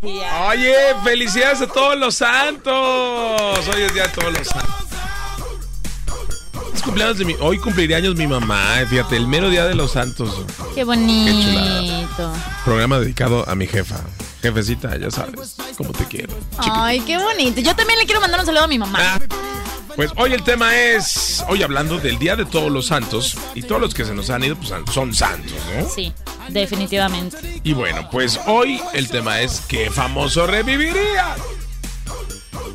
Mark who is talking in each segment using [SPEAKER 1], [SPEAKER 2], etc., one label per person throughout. [SPEAKER 1] Oye, felicidades a todos los santos. Hoy es día de todos los santos. Es cumpleaños de mi, hoy cumpliría años mi mamá, eh, fíjate, el mero día de los santos.
[SPEAKER 2] Qué bonito.
[SPEAKER 1] Qué Programa dedicado a mi jefa. Jefecita, ya sabes, como te quiero.
[SPEAKER 2] Ay, qué bonito. Yo también le quiero mandar un saludo a mi mamá.
[SPEAKER 1] Ah, Pues hoy el tema es, hoy hablando del Día de Todos los Santos, y todos los que se nos han ido pues, son santos, ¿no?
[SPEAKER 2] Sí, definitivamente.
[SPEAKER 1] Y bueno, pues hoy el tema es ¿Qué famoso reviviría?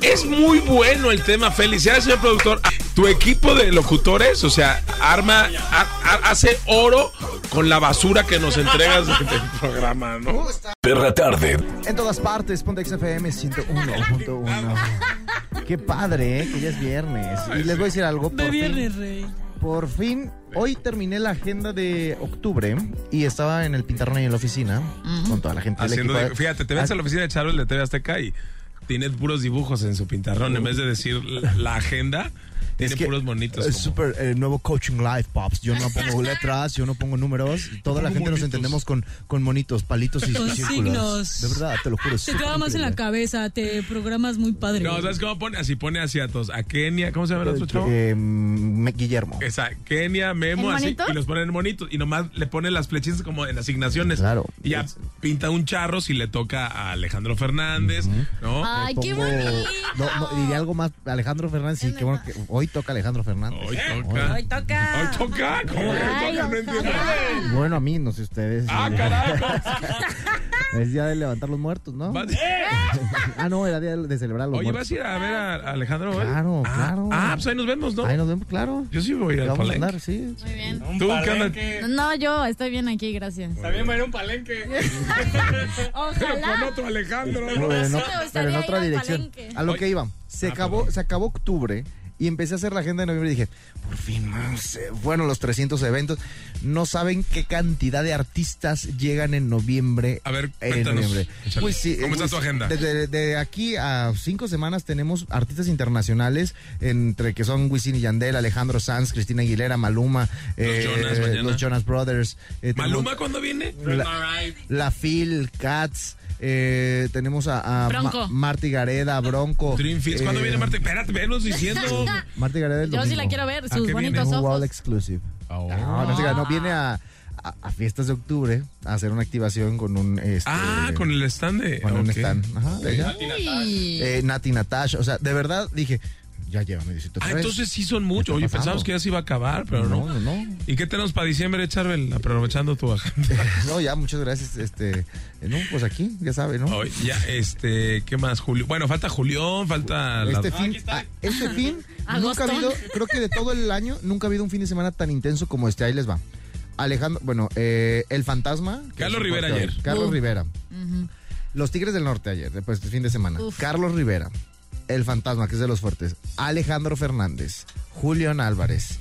[SPEAKER 1] Es muy bueno el tema. Felicidades, señor productor. Tu equipo de locutores, o sea, arma, ha- ha- hace oro con la basura que nos entregas del programa, ¿no?
[SPEAKER 3] Perra Tarde.
[SPEAKER 4] En todas partes, ponte XFM 101.1. Qué padre, ¿eh? que ya es viernes. Y les voy a decir algo. Por fin, por fin, hoy terminé la agenda de octubre y estaba en el pintarrón ahí en la oficina con toda la gente del
[SPEAKER 1] Haciendo,
[SPEAKER 4] equipo. Ah.
[SPEAKER 1] de- fíjate, te ves a la oficina de Charol de TV Azteca y tiene puros dibujos en su pintarrón. En vez de decir la, la agenda, tiene
[SPEAKER 4] que
[SPEAKER 1] puros bonitos.
[SPEAKER 4] Es
[SPEAKER 1] como-
[SPEAKER 4] súper eh, nuevo coaching live, Pops. Yo no pongo letras, yo no pongo números. Toda la
[SPEAKER 1] pongo
[SPEAKER 4] gente
[SPEAKER 1] monitos.
[SPEAKER 4] nos entendemos con, con monitos, palitos y
[SPEAKER 5] Con
[SPEAKER 4] círculos.
[SPEAKER 5] signos.
[SPEAKER 4] De verdad, te lo juro. es
[SPEAKER 5] Te
[SPEAKER 4] súper
[SPEAKER 5] queda más en la
[SPEAKER 4] increíble.
[SPEAKER 5] cabeza, te programas muy padre.
[SPEAKER 1] Pues No, ¿sabes cómo pone? Así pone así a todos. A Kenia, ¿cómo se llama el otro chavo?
[SPEAKER 4] Eh, me- Guillermo.
[SPEAKER 1] Esa, Kenia, Memo,
[SPEAKER 2] ¿En
[SPEAKER 1] así,
[SPEAKER 2] monito?
[SPEAKER 1] y los ponen monitos. Y nomás le ponen las flechitas como en asignaciones.
[SPEAKER 4] Claro.
[SPEAKER 1] Y ya
[SPEAKER 4] Es-
[SPEAKER 1] pinta un charro si le toca a Alejandro Fernández, ¿no?
[SPEAKER 2] Ay, qué
[SPEAKER 4] pongo-
[SPEAKER 2] bonito.
[SPEAKER 4] No, no, diría algo más. Alejandro Fernández, sí, qué bueno que hoy toca Alejandro Fernández.
[SPEAKER 1] Hoy toca. Hoy toca. Hoy toca. ¿Cómo que hoy
[SPEAKER 2] Ay,
[SPEAKER 1] toca? No entiendo.
[SPEAKER 4] Hoy. Bueno, a mí, no sé ustedes.
[SPEAKER 1] Ah, carajo.
[SPEAKER 4] Es día de levantar los muertos, ¿no?
[SPEAKER 1] Vas-
[SPEAKER 4] Ah, no, era día de celebrar los
[SPEAKER 1] eh. Oye,
[SPEAKER 4] muertos.
[SPEAKER 1] ¿vas a ir a ver a a Alejandro? hoy?
[SPEAKER 4] Claro,
[SPEAKER 1] Ah,
[SPEAKER 4] claro.
[SPEAKER 1] Ah, pues ahí nos vemos, ¿no?
[SPEAKER 4] Ahí nos vemos, claro.
[SPEAKER 1] Yo sí voy a ir al
[SPEAKER 4] Vamos a
[SPEAKER 1] palenque.
[SPEAKER 4] andar, sí.
[SPEAKER 2] Muy bien.
[SPEAKER 1] ¿Tú qué andas?
[SPEAKER 2] No, yo estoy bien aquí, gracias.
[SPEAKER 6] También va a ir un palenque.
[SPEAKER 1] Con
[SPEAKER 2] Ojalá.
[SPEAKER 1] otro Alejandro.
[SPEAKER 4] Pero en,
[SPEAKER 2] me
[SPEAKER 4] otra-
[SPEAKER 2] gustaría
[SPEAKER 4] pero en
[SPEAKER 2] ir
[SPEAKER 4] otra
[SPEAKER 2] al
[SPEAKER 4] dirección.
[SPEAKER 2] palenque.
[SPEAKER 4] A lo que iba. Se
[SPEAKER 1] Ah,
[SPEAKER 4] acabó,
[SPEAKER 1] perdón.
[SPEAKER 4] se acabó octubre y empecé a hacer la agenda de noviembre y dije, por fin, man, se fueron los 300 eventos. No saben qué cantidad de artistas llegan en noviembre.
[SPEAKER 1] A ver,
[SPEAKER 4] en
[SPEAKER 1] cuéntanos,
[SPEAKER 4] noviembre.
[SPEAKER 1] échale.
[SPEAKER 4] Pues sí,
[SPEAKER 1] ¿Cómo está
[SPEAKER 4] pues,
[SPEAKER 1] tu agenda?
[SPEAKER 4] Desde de aquí a cinco semanas tenemos artistas internacionales, entre que son Wisin y Yandel, Alejandro Sanz, Cristina Aguilera, Maluma, eh,
[SPEAKER 1] Jonas mañana.
[SPEAKER 4] los Jonas Brothers. eh, tenemos-
[SPEAKER 1] ¿Maluma cuándo viene?
[SPEAKER 4] la, la Phil, Katz, eh, tenemos a, a Ma-
[SPEAKER 2] Bronco.
[SPEAKER 4] Marty Gareda, Bronco.
[SPEAKER 1] Dream Fields. ¿Cuándo
[SPEAKER 4] eh,
[SPEAKER 1] viene Marte? Espérate, venos diciendo.
[SPEAKER 4] Marty Gareda el
[SPEAKER 2] Yo sí la
[SPEAKER 4] domingo.
[SPEAKER 2] quiero ver,
[SPEAKER 1] ¿A
[SPEAKER 2] sus
[SPEAKER 1] qué viene?
[SPEAKER 4] En
[SPEAKER 2] bonitos
[SPEAKER 4] un World
[SPEAKER 2] ojos.
[SPEAKER 4] Exclusive.
[SPEAKER 1] Oh.
[SPEAKER 4] No, no se crean, no, viene a, a- a fiestas de octubre a hacer una activación con un... este,
[SPEAKER 1] Ah, con el stand de.
[SPEAKER 4] con un
[SPEAKER 1] ok.
[SPEAKER 4] stand. Ajá, de allá.
[SPEAKER 2] Uy.
[SPEAKER 4] Eh, Nati Natasha, o sea, de verdad dije, ya llévame, Diosito,
[SPEAKER 1] Ah,
[SPEAKER 4] otra vez.
[SPEAKER 1] entonces sí son muchos. Oye,
[SPEAKER 4] pasando?
[SPEAKER 1] pensábamos que ya se iba a acabar, pero no.
[SPEAKER 4] No, no, no.
[SPEAKER 1] ¿Y qué tenemos para diciembre, Charbel? Aprovechando tu agenda.
[SPEAKER 4] No, ya, muchas gracias. Este, eh, no, pues aquí, ya sabe, ¿no?
[SPEAKER 1] Hoy, ya, este, ¿qué más, Julio? Bueno, falta Julián, falta la-
[SPEAKER 4] Este fin, ah, este fin nunca ha
[SPEAKER 2] Agostón.
[SPEAKER 4] habido, creo que de todo el año, nunca ha habido un fin de semana tan intenso como este. Ahí les va. Alejandro, bueno, eh, El Fantasma. que
[SPEAKER 1] Carlos
[SPEAKER 4] es un
[SPEAKER 1] Rivera
[SPEAKER 4] fuerte
[SPEAKER 1] ayer.
[SPEAKER 4] hoy. Carlos
[SPEAKER 2] Uh.
[SPEAKER 4] Rivera.
[SPEAKER 2] Ujú.
[SPEAKER 4] Los Tigres del Norte ayer, después este fin de semana.
[SPEAKER 2] Uf.
[SPEAKER 4] Carlos Rivera. El Fantasma, que es de los fuertes. Alejandro Fernández. Julián Álvarez.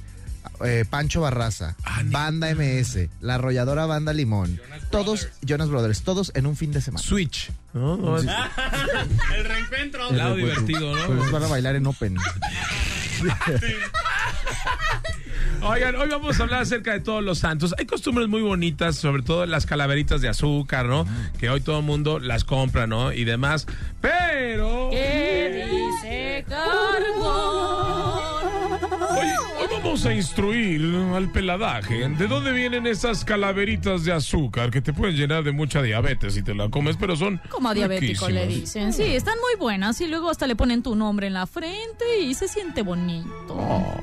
[SPEAKER 4] eh, Pancho Barraza,
[SPEAKER 1] Ah, ni-
[SPEAKER 4] Banda MS, la arrolladora Banda Limón, todos, Jonas Brothers, todos en un fin de semana.
[SPEAKER 1] Switch. ¿No? No, es- Eh,
[SPEAKER 6] El reencuentro.
[SPEAKER 1] El lado divertido, ¿no?
[SPEAKER 4] Pues van a bailar en Open.
[SPEAKER 1] Oigan, hoy vamos a hablar acerca de todos los santos. Hay costumbres muy bonitas, sobre todo las calaveritas de azúcar, ¿no? Que hoy todo el mundo las compra, ¿no? Y demás. Pero.
[SPEAKER 2] ¿Qué dice Cargo?
[SPEAKER 1] Hoy, hoy vamos a instruir al peladaje de dónde vienen esas calaveritas de azúcar que te pueden llenar de mucha diabetes si te la comes, pero son.
[SPEAKER 2] Como diabético le
[SPEAKER 1] riquísimas.
[SPEAKER 2] dicen. Sí, están muy buenas y luego hasta le ponen tu nombre en la frente y se siente bonito.
[SPEAKER 4] Oh,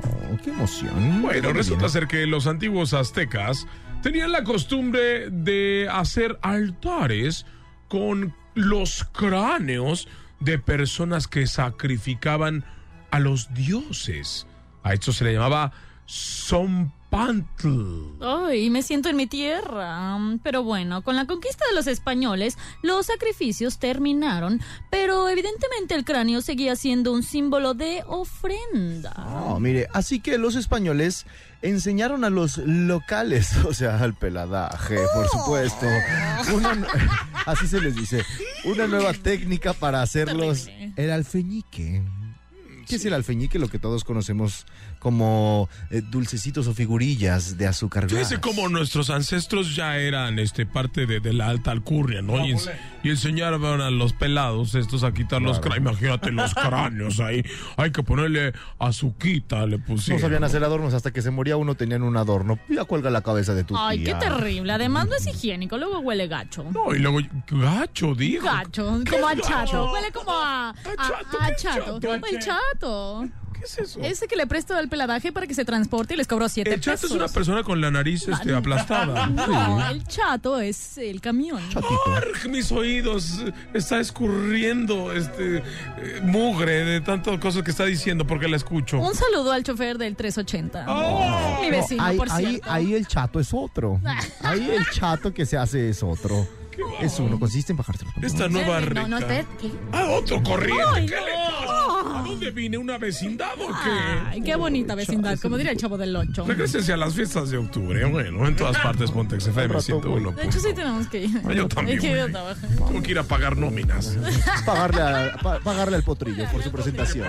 [SPEAKER 4] qué emoción.
[SPEAKER 1] Bueno, resulta ser que los antiguos aztecas tenían la costumbre de hacer altares con los cráneos de personas que sacrificaban a los dioses. A esto se le llamaba son
[SPEAKER 7] Tepantl.
[SPEAKER 2] Ay, me siento en mi tierra. Mm, Pero bueno, con la conquista de los españoles, los sacrificios terminaron, pero evidentemente el cráneo seguía siendo un símbolo de ofrenda.
[SPEAKER 4] No, mire, así que los españoles enseñaron a los locales, o sea, al peladaje, por supuesto. Una- así se les dice. Una nueva técnica para hacerlos. El alfeñique. ¿Qué es el alfeñique? Lo que todos conocemos como eh, dulcecitos o figurillas de azúcar glass.
[SPEAKER 1] Fíjese cómo nuestros ancestros ya eran este, parte de, de la alta alcurnia, ¿no? Y, ens- y enseñaron a los pelados estos a quitar los cráneos. Imagínate los cráneos ahí. Hay que ponerle azuquita, le
[SPEAKER 4] No
[SPEAKER 1] pusieron.
[SPEAKER 4] sabían hacer adornos hasta que se moría uno, tenían un adorno. Ya cuelga la cabeza de tu
[SPEAKER 2] Ay, qué
[SPEAKER 4] tía.
[SPEAKER 2] terrible. Además no es higiénico, luego huele gacho.
[SPEAKER 1] No, y luego, gacho, dijo.
[SPEAKER 2] Gacho, como a chato. Huele como a, a-
[SPEAKER 1] chato,
[SPEAKER 2] a
[SPEAKER 1] qué
[SPEAKER 2] chato.
[SPEAKER 1] chato.
[SPEAKER 2] El chato.
[SPEAKER 1] ¿Qué es eso?
[SPEAKER 2] Ese que le presto al peladaje para que se transporte y les cobro siete
[SPEAKER 1] El chato
[SPEAKER 2] pesos.
[SPEAKER 1] es una persona con la nariz este, aplastada.
[SPEAKER 2] No, el chato es el camión.
[SPEAKER 1] Arg, Mis oídos eh, está escurriendo este eh, mugre de tantas cosas que está diciendo porque la escucho.
[SPEAKER 2] Un saludo al chofer del 380.
[SPEAKER 1] Oh.
[SPEAKER 2] Mi
[SPEAKER 4] No,
[SPEAKER 2] vecino,
[SPEAKER 4] ahí,
[SPEAKER 2] por
[SPEAKER 4] ahí-
[SPEAKER 2] cierto.
[SPEAKER 4] ahí el chato es otro. ahí el chato que se hace es otro. Es uno, consiste en bajarte los pantalones.
[SPEAKER 1] Esta nueva rica.
[SPEAKER 2] No, no, espérate, ¿qué?
[SPEAKER 1] Ah, otro corriente.
[SPEAKER 2] Ay,
[SPEAKER 1] ¿Qué le pasa? ¿A dónde vine? ¿Una vecindad o qué?
[SPEAKER 2] Ay, qué bonita vecindad, como diría el chavo del 8.
[SPEAKER 1] Regresense a las fiestas de octubre. Bueno, en todas partes Pontex FM
[SPEAKER 4] rato,
[SPEAKER 1] 101.
[SPEAKER 2] De hecho, sí tenemos que ir.
[SPEAKER 1] Ah, Yo también,
[SPEAKER 2] Es que yo
[SPEAKER 1] güey.
[SPEAKER 2] trabajo.
[SPEAKER 1] Tengo que ir a pagar nóminas.
[SPEAKER 4] Pagarle, a- pa- pagarle al potrillo por su presentación.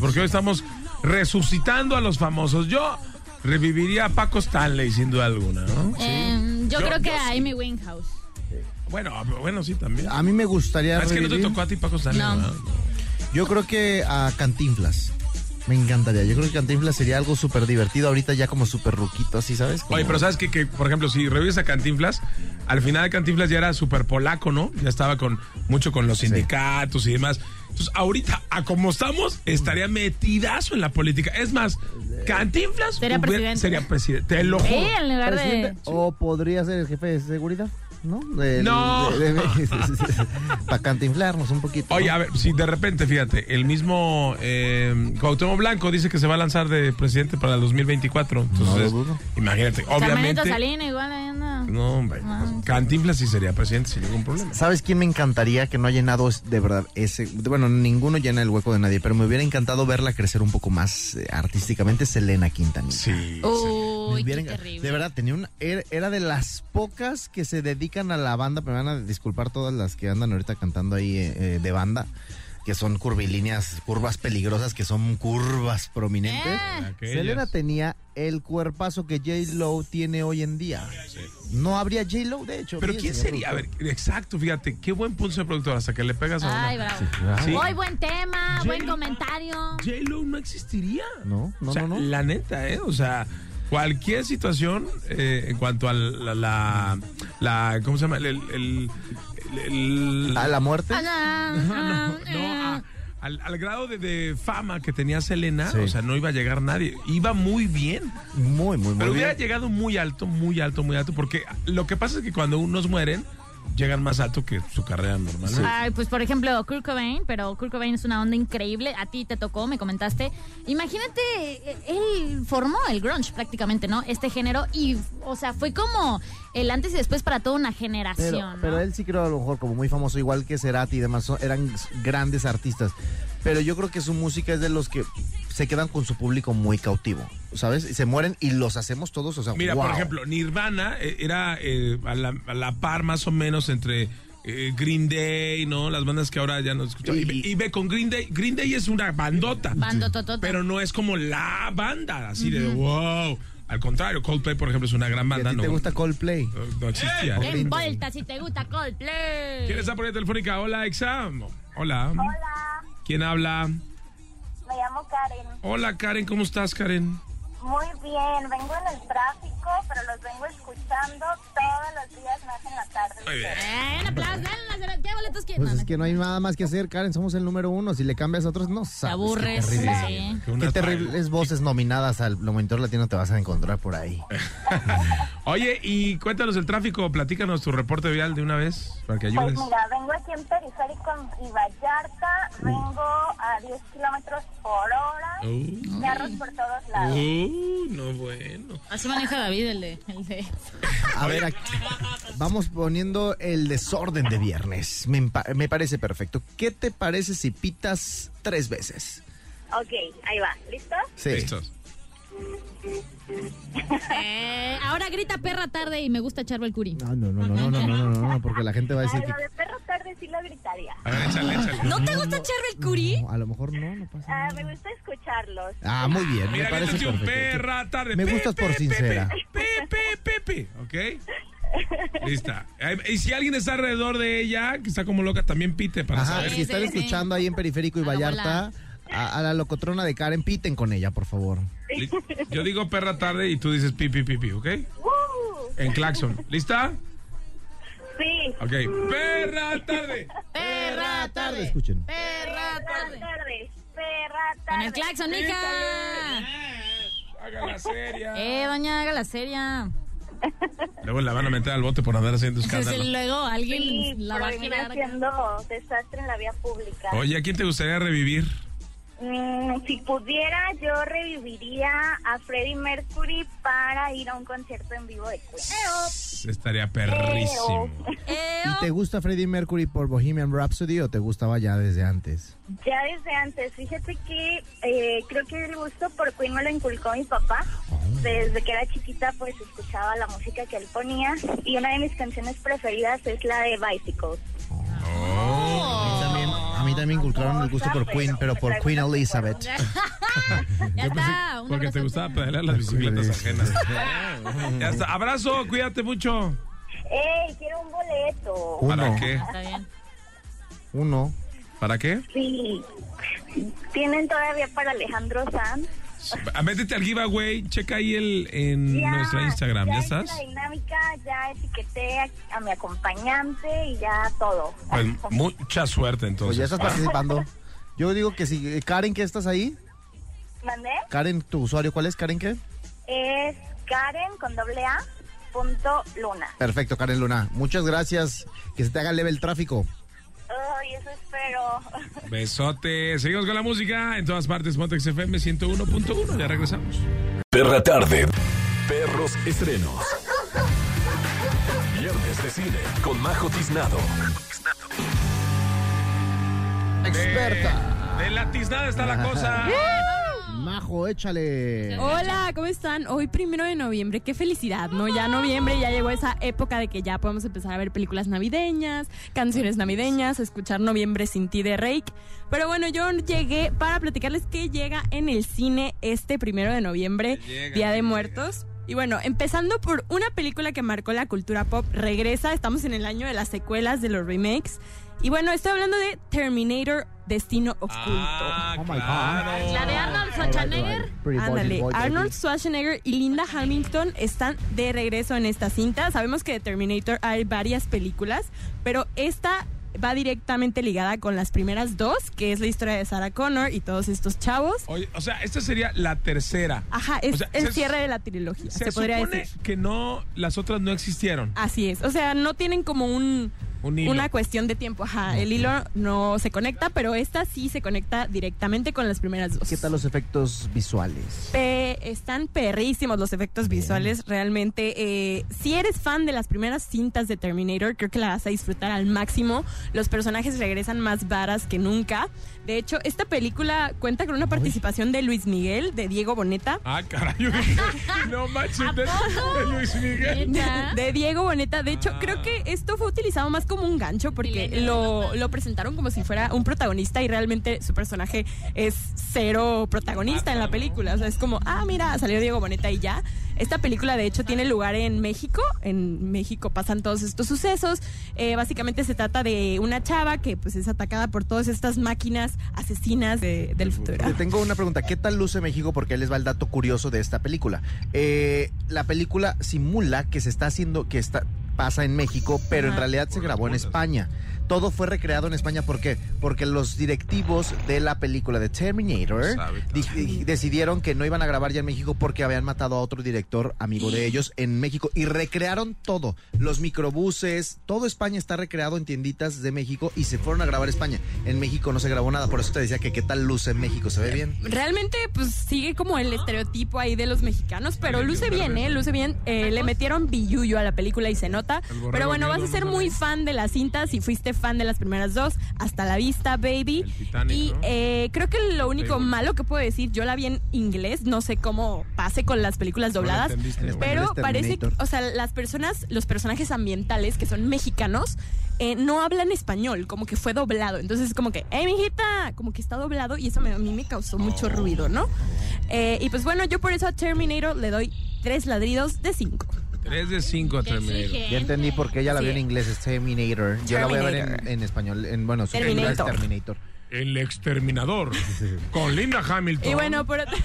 [SPEAKER 1] Porque hoy estamos resucitando a los famosos. Yo reviviría a Paco Stanley, sin duda alguna, ¿no?
[SPEAKER 2] Em, yo,
[SPEAKER 1] Yo-
[SPEAKER 2] creo que
[SPEAKER 1] yo sí.
[SPEAKER 2] a Amy Winehouse.
[SPEAKER 1] Bueno, ah, bueno, sí, también.
[SPEAKER 4] A mí me gustaría.
[SPEAKER 1] Ah, es que no te
[SPEAKER 4] revivir-
[SPEAKER 1] tocó Ah. a ti Paco Stanley.
[SPEAKER 2] No.
[SPEAKER 1] ¿verdad?
[SPEAKER 4] Yo creo que a Cantinflas. Me encantaría. Yo creo que Cantinflas sería algo súper divertido. Ahorita ya como súper ruquito, así, ¿sabes? Como-
[SPEAKER 1] Oye, pero sabes que, que, por ejemplo, si revives a Cantinflas, al final Cantinflas ya era súper polaco, ¿no? Ya estaba con mucho con los sindicatos y demás. Entonces, ahorita, a como estamos, estaría metidazo en la política. Es más, Cantinflas
[SPEAKER 2] Sería presidente.
[SPEAKER 1] Sería presidente. Te lo juro.
[SPEAKER 2] Eh, en lugar de.
[SPEAKER 4] Presidente, O podría ser el jefe de seguridad, ¿no? Del-
[SPEAKER 1] No.
[SPEAKER 4] de- de- Para cantinflarnos un poquito. ¿no?
[SPEAKER 1] Oye, a ver, si de repente, fíjate, el mismo eh, Cuauhtémoc Blanco dice que se va a lanzar de presidente para el 2024. Entonces,
[SPEAKER 4] No lo dudo.
[SPEAKER 1] imagínate,
[SPEAKER 2] Carmenita
[SPEAKER 1] obviamente.
[SPEAKER 2] Salina, igual ahí anda.
[SPEAKER 1] No, hombre, Cantinflas sí sería presidente sin ningún problema.
[SPEAKER 4] ¿Sabes quién me encantaría que no ha llenado es- de verdad ese? Bueno, ninguno llena el hueco de nadie, pero me hubiera encantado verla crecer un poco más eh, artísticamente, Selena Quintanilla.
[SPEAKER 1] Sí.
[SPEAKER 4] Me
[SPEAKER 2] Uy,
[SPEAKER 4] hubiera
[SPEAKER 2] qué
[SPEAKER 4] enca-
[SPEAKER 2] terrible.
[SPEAKER 4] De verdad, tenía una, era, era de las pocas que se dedican a la banda, pero me van a disculpar todas las que andan ahorita cantando ahí eh, eh, de banda, que son curvilíneas, curvas peligrosas, que son curvas prominentes.
[SPEAKER 2] Ah.
[SPEAKER 1] Aquellas.
[SPEAKER 4] Selena tenía el cuerpazo que J-Lo tiene hoy en día. No habría J-Lo, de hecho.
[SPEAKER 1] Pero
[SPEAKER 4] fíjese,
[SPEAKER 1] ¿quién
[SPEAKER 4] señor
[SPEAKER 1] sería? A ver,
[SPEAKER 4] productor.
[SPEAKER 1] exacto, fíjate, qué buen pulso de productor hasta que le pegas a una.
[SPEAKER 2] ah, Ay, bravo.
[SPEAKER 4] claro.
[SPEAKER 1] Sí.
[SPEAKER 2] Hoy buen tema, buen
[SPEAKER 1] J-Lo.
[SPEAKER 2] comentario.
[SPEAKER 1] J-Lo no existiría.
[SPEAKER 4] No, no,
[SPEAKER 1] O sea,
[SPEAKER 4] no, no.
[SPEAKER 1] La neta, ¿eh? O sea, cualquier situación eh, en cuanto a la, la, la- ¿Cómo se llama? El. el, el- el-
[SPEAKER 4] ¿A la muerte?
[SPEAKER 2] Ah, ah,
[SPEAKER 1] No,
[SPEAKER 2] ah.
[SPEAKER 1] a- al, al grado de, de fama que tenía Selena,
[SPEAKER 4] Sí.
[SPEAKER 1] o sea, no iba a llegar nadie. Iba muy bien.
[SPEAKER 4] Muy, muy, muy
[SPEAKER 1] Pero hubiera
[SPEAKER 4] bien.
[SPEAKER 1] llegado muy alto, muy alto, muy alto, porque lo que pasa es que cuando unos mueren, llegan más alto que su carrera normal. ¿no?
[SPEAKER 2] Ay, pues por ejemplo, Kurt Cobain, pero Kurt Cobain es una onda increíble. A ti te tocó, me comentaste. Imagínate, eh, él formó el grunge prácticamente, ¿no? Este género. Y, o sea, fue como el antes y después para toda una generación.
[SPEAKER 4] Pero,
[SPEAKER 2] ¿no?
[SPEAKER 4] pero él sí creo a lo mejor como muy famoso, igual que Cerati y demás, son- eran s- grandes artistas. Pero yo creo que su música es de los que se quedan con su público muy cautivo, ¿sabes? Y se mueren y los hacemos todos, o sea,
[SPEAKER 1] Mira,
[SPEAKER 4] wow.
[SPEAKER 1] por ejemplo, Nirvana eh, era eh, a, la, a la par más o menos entre eh, Green Day, ¿no? Las bandas que ahora ya no escuchamos. Y, ve- y ve con Green Day. Green Day es una bandota.
[SPEAKER 2] Bando totota.
[SPEAKER 1] Pero no es como la banda, así de wow. Al contrario, Coldplay, por ejemplo, es una gran
[SPEAKER 4] ¿Y
[SPEAKER 1] banda.
[SPEAKER 4] a ti
[SPEAKER 1] No,
[SPEAKER 4] te gusta Coldplay?
[SPEAKER 1] no- no existía.
[SPEAKER 2] ¡Qué vuelta si te gusta Coldplay!
[SPEAKER 1] ¿Quién está por ahí telefónica? Hola, Exam. Hola.
[SPEAKER 8] Hola,
[SPEAKER 1] ¿Quién habla?
[SPEAKER 8] me llamo Karen.
[SPEAKER 1] Hola, Karen. ¿Cómo estás, Karen?
[SPEAKER 8] Muy bien, vengo en el tráfico. conozco, pero los vengo escuchando todos los días más en la tarde.
[SPEAKER 1] Muy bien.
[SPEAKER 2] Eh, un aplauso, dale, dale, ¿qué boletos quieres?
[SPEAKER 4] Pues
[SPEAKER 2] No,
[SPEAKER 4] es
[SPEAKER 2] no.
[SPEAKER 4] que no hay nada más que hacer, Karen. Somos el número uno. Si le cambias a otros, no sabes.
[SPEAKER 2] Te aburres.
[SPEAKER 4] Qué, terrible.
[SPEAKER 2] sí.
[SPEAKER 1] Que
[SPEAKER 4] Qué
[SPEAKER 1] unas
[SPEAKER 4] terribles voces nominadas al monitor latino te vas a encontrar por ahí.
[SPEAKER 1] Oye, y cuéntanos el tráfico, platícanos tu reporte vial de una vez para que
[SPEAKER 8] Pues
[SPEAKER 1] ayudes.
[SPEAKER 8] mira, vengo aquí en Periférico y Vallarta, vengo a 10 kilómetros por hora,
[SPEAKER 1] Uh.
[SPEAKER 8] carros por todos lados.
[SPEAKER 1] Uh, no bueno.
[SPEAKER 2] Así maneja David el de. El de.
[SPEAKER 4] A ver, aquí- vamos poniendo el desorden de viernes. Me, empa- me parece perfecto. ¿Qué te parece si pitas tres veces?
[SPEAKER 8] Ok, ahí va, ¿listo?
[SPEAKER 4] Sí.
[SPEAKER 1] Listos.
[SPEAKER 2] Eh, ahora grita perra tarde y me gusta echarlo el curi.
[SPEAKER 4] Ah, No, no, no, no, no, no, no, no, no, no, porque la gente va a
[SPEAKER 8] Ay,
[SPEAKER 4] decir
[SPEAKER 8] lo
[SPEAKER 4] que
[SPEAKER 8] de perro tarde sí lo gritaría.
[SPEAKER 1] A ver, échale, échale.
[SPEAKER 2] ¿No te gusta echarlo el curi?
[SPEAKER 4] No, a lo mejor no, no pasa
[SPEAKER 8] Ah,
[SPEAKER 4] nada.
[SPEAKER 8] me gusta escucharlos.
[SPEAKER 4] Ah, muy bien, me
[SPEAKER 1] Mira,
[SPEAKER 4] parece
[SPEAKER 1] viéndote un
[SPEAKER 4] perfecto.
[SPEAKER 1] perra tarde.
[SPEAKER 4] Me
[SPEAKER 1] Pe,
[SPEAKER 4] gustas por
[SPEAKER 1] pe, pe,
[SPEAKER 4] sincera.
[SPEAKER 1] pe, pe, pe, pe, ¿ok? Lista. Eh, Y si alguien está alrededor de ella, que está como loca, también pite para
[SPEAKER 4] Ajá,
[SPEAKER 1] saber.
[SPEAKER 2] Sí,
[SPEAKER 4] si están
[SPEAKER 2] sí, Ah, sí.
[SPEAKER 4] escuchando ahí en Periférico y
[SPEAKER 2] A la
[SPEAKER 4] Vallarta, a, a la locotrona de Karen, piten con ella, por favor.
[SPEAKER 1] Li- Yo digo perra tarde y tú dices pi, pi, pi, pi, ¿ok?
[SPEAKER 8] Uh,
[SPEAKER 1] En claxon. ¿Lista?
[SPEAKER 8] sí,
[SPEAKER 1] Ok. Perra tarde.
[SPEAKER 2] Perra tarde.
[SPEAKER 4] Escuchen.
[SPEAKER 2] Perra
[SPEAKER 8] perra
[SPEAKER 2] tarde.
[SPEAKER 8] tarde, perra tarde.
[SPEAKER 2] Con el claxon, hija.
[SPEAKER 1] Haga la seria.
[SPEAKER 2] Eh, doña, haga la seria.
[SPEAKER 1] Luego la van a meter al bote por andar haciendo
[SPEAKER 2] Entonces,
[SPEAKER 1] escándalo.
[SPEAKER 2] luego alguien
[SPEAKER 8] Sí,
[SPEAKER 2] la va a
[SPEAKER 8] por venir
[SPEAKER 2] girar.
[SPEAKER 8] haciendo desastre en la vía pública.
[SPEAKER 1] Oye, ¿a quién te gustaría revivir?
[SPEAKER 8] Mm, si pudiera, yo reviviría a Freddie Mercury para ir a un concierto en vivo de Queen.
[SPEAKER 1] Estaría perrísimo.
[SPEAKER 2] Eh,
[SPEAKER 4] ¿Y
[SPEAKER 2] oh.
[SPEAKER 4] te gusta Freddie Mercury por Bohemian Rhapsody o te gustaba ya desde antes?
[SPEAKER 8] Ya desde antes, fíjate que eh, creo que el gusto por Queen me lo inculcó mi papá.
[SPEAKER 4] Oh.
[SPEAKER 8] Desde que era chiquita, pues escuchaba la música que él ponía. Y una de mis canciones preferidas es la de Bicycles.
[SPEAKER 1] Oh.
[SPEAKER 4] A mí también, a mí también inculcaron el gusto
[SPEAKER 8] Ah,
[SPEAKER 4] por Queen, pero por Queen Elizabeth.
[SPEAKER 2] ya está. un
[SPEAKER 1] Porque
[SPEAKER 2] abrazo.
[SPEAKER 1] te gustaba pedalear las
[SPEAKER 4] Pues,
[SPEAKER 1] bicicletas
[SPEAKER 4] Sí.
[SPEAKER 1] ajenas. Ya está. Abrazo, cuídate mucho.
[SPEAKER 8] ¡Ey, quiero un boleto!
[SPEAKER 4] Uno,
[SPEAKER 1] ¿Para qué?
[SPEAKER 2] Está bien.
[SPEAKER 4] uno.
[SPEAKER 1] ¿Para qué?
[SPEAKER 8] Sí. ¿Tienen todavía para Alejandro Sanz?
[SPEAKER 1] Ah, Métete al giveaway, checa ahí el en
[SPEAKER 8] Ya,
[SPEAKER 1] Mm, nuestra Instagram, ¿ya
[SPEAKER 8] hice
[SPEAKER 1] estás?
[SPEAKER 8] La dinámica, ya etiqueté a, a mi acompañante y ya todo.
[SPEAKER 1] Pues mucha suerte
[SPEAKER 4] Pues
[SPEAKER 1] entonces. Ah.
[SPEAKER 4] ya estás participando. Yo digo que si, eh, Karen, ¿qué estás ahí?
[SPEAKER 8] ¿Mandé?
[SPEAKER 4] Karen, tu usuario, ¿cuál es? Karen, ¿qué?
[SPEAKER 8] Es Karen con doble A punto Luna.
[SPEAKER 4] Perfecto, Karen Luna. Muchas gracias. Que se te haga leve el tráfico.
[SPEAKER 8] Ay, eso espero.
[SPEAKER 1] Besote. Seguimos con la música en todas partes. Montex FM 101.1. Ya regresamos.
[SPEAKER 9] Perra tarde. Perros estrenos. Viernes de cine con Majo Tiznado.
[SPEAKER 4] Experta.
[SPEAKER 1] De la tiznada está la cosa.
[SPEAKER 4] Majo, échale.
[SPEAKER 10] Hola, ¿cómo están? Hoy primero de noviembre, qué felicidad, ¿no? Ya noviembre, ya llegó esa época de que ya podemos empezar a ver películas navideñas, canciones navideñas, escuchar Noviembre sin ti de Rake. Pero bueno, yo llegué para platicarles que llega en el cine este primero de noviembre,
[SPEAKER 1] Llega,
[SPEAKER 10] Día de
[SPEAKER 1] llega.
[SPEAKER 10] Muertos. Y bueno, empezando por una película que marcó la cultura pop, regresa, estamos en el año de las secuelas, de los remakes. Y bueno, estoy hablando de Terminator Destino Oculto.
[SPEAKER 1] Ah,
[SPEAKER 4] Oh my God.
[SPEAKER 1] claro.
[SPEAKER 2] La de Arnold Schwarzenegger.
[SPEAKER 4] Pretty boy,
[SPEAKER 10] Ándale,
[SPEAKER 4] boy, baby.
[SPEAKER 10] Arnold Schwarzenegger y Linda Hamilton están de regreso en esta cinta. Sabemos que de Terminator hay varias películas, pero esta va directamente ligada con las primeras dos, que es la historia de Sarah Connor y todos estos chavos.
[SPEAKER 1] Oye, o sea, esta sería la tercera.
[SPEAKER 10] Ajá, es
[SPEAKER 1] O sea,
[SPEAKER 10] el
[SPEAKER 1] se-
[SPEAKER 10] cierre de la trilogía, se,
[SPEAKER 1] Se,
[SPEAKER 10] podría
[SPEAKER 1] supone
[SPEAKER 10] decir.
[SPEAKER 1] que no, las otras no existieron.
[SPEAKER 10] Así es, o sea, no tienen como un
[SPEAKER 1] Un hilo.
[SPEAKER 10] una cuestión de tiempo, ajá, el hilo no se conecta, pero esta sí se conecta directamente con las primeras dos.
[SPEAKER 4] ¿Qué tal los efectos visuales?
[SPEAKER 10] Pe- están perrísimos los efectos visuales, realmente. eh, si eres fan de las primeras cintas de Terminator, creo que la vas a disfrutar al máximo. Los personajes regresan más varas que nunca. De hecho, esta película cuenta con una participación de Luis Miguel, de Diego Boneta.
[SPEAKER 1] Ah, carajo. no manches. de- de Luis Miguel.
[SPEAKER 2] Neta.
[SPEAKER 10] Ah. De Diego Boneta. De hecho, creo que esto fue utilizado más como un gancho porque lo, lo presentaron como si fuera un protagonista y realmente su personaje es cero protagonista en la película. O sea, es como, ah, mira, salió Diego Boneta y ya. Esta película, de hecho, tiene lugar en México. En México pasan todos estos sucesos. Eh, básicamente se trata de una chava que pues es atacada por todas estas máquinas asesinas de- del futuro.
[SPEAKER 4] Te tengo una pregunta. ¿Qué tal luce México? Porque les va el dato curioso de esta película. Eh, la película simula que se está haciendo, que está, pasa en México, pero en
[SPEAKER 11] Ajá.
[SPEAKER 4] realidad se grabó en España. Todo fue recreado en España. ¿Por qué? Porque los directivos de la película de Terminator di- di- decidieron que no iban a grabar ya en México porque habían matado a otro director amigo
[SPEAKER 1] Mm.
[SPEAKER 4] de ellos en México y recrearon todo. Los microbuses, todo España está recreado en tienditas de México y se fueron a grabar España. En México no se grabó nada, por eso te decía que qué tal luce en México, se ve bien.
[SPEAKER 10] Realmente, pues sigue como el estereotipo ahí de los mexicanos, pero luce bien, ¿eh? Luce bien. Eh, le metieron billuyo a la película y se nota.
[SPEAKER 12] borrego
[SPEAKER 10] Pero bueno, vas a
[SPEAKER 12] negro,
[SPEAKER 10] ser
[SPEAKER 12] ¿no?
[SPEAKER 10] muy fan de las cintas. Si fuiste fan de las primeras dos, hasta la vista, baby.
[SPEAKER 12] Titanic,
[SPEAKER 10] Y
[SPEAKER 12] ¿no?
[SPEAKER 10] eh, creo que lo único
[SPEAKER 12] Playboy.
[SPEAKER 10] malo que puedo decir, yo la vi en inglés, no sé cómo pase con las películas
[SPEAKER 12] No la
[SPEAKER 10] dobladas,
[SPEAKER 12] entendiste, En español
[SPEAKER 10] pero
[SPEAKER 12] es
[SPEAKER 10] parece que,
[SPEAKER 12] Terminator.
[SPEAKER 10] o sea, las personas, los personajes ambientales que son mexicanos, eh, no hablan español, como que fue doblado. Entonces, como que, hey, mijita, como que está doblado y eso me- a mí me causó mucho ruido, ¿no? Eh, y pues bueno, yo por eso a Terminator le doy tres ladridos de cinco.
[SPEAKER 1] 3 de 5 a Terminator.
[SPEAKER 4] Ya entendí por qué ella la vio en
[SPEAKER 10] Sí.
[SPEAKER 4] inglés, es Terminator. Yo la voy a ver en,
[SPEAKER 1] Terminator.
[SPEAKER 4] en español, en, bueno, su película es
[SPEAKER 1] Terminator.
[SPEAKER 4] Terminator.
[SPEAKER 1] El exterminador. Con Linda Hamilton.
[SPEAKER 10] Y bueno, por, otro-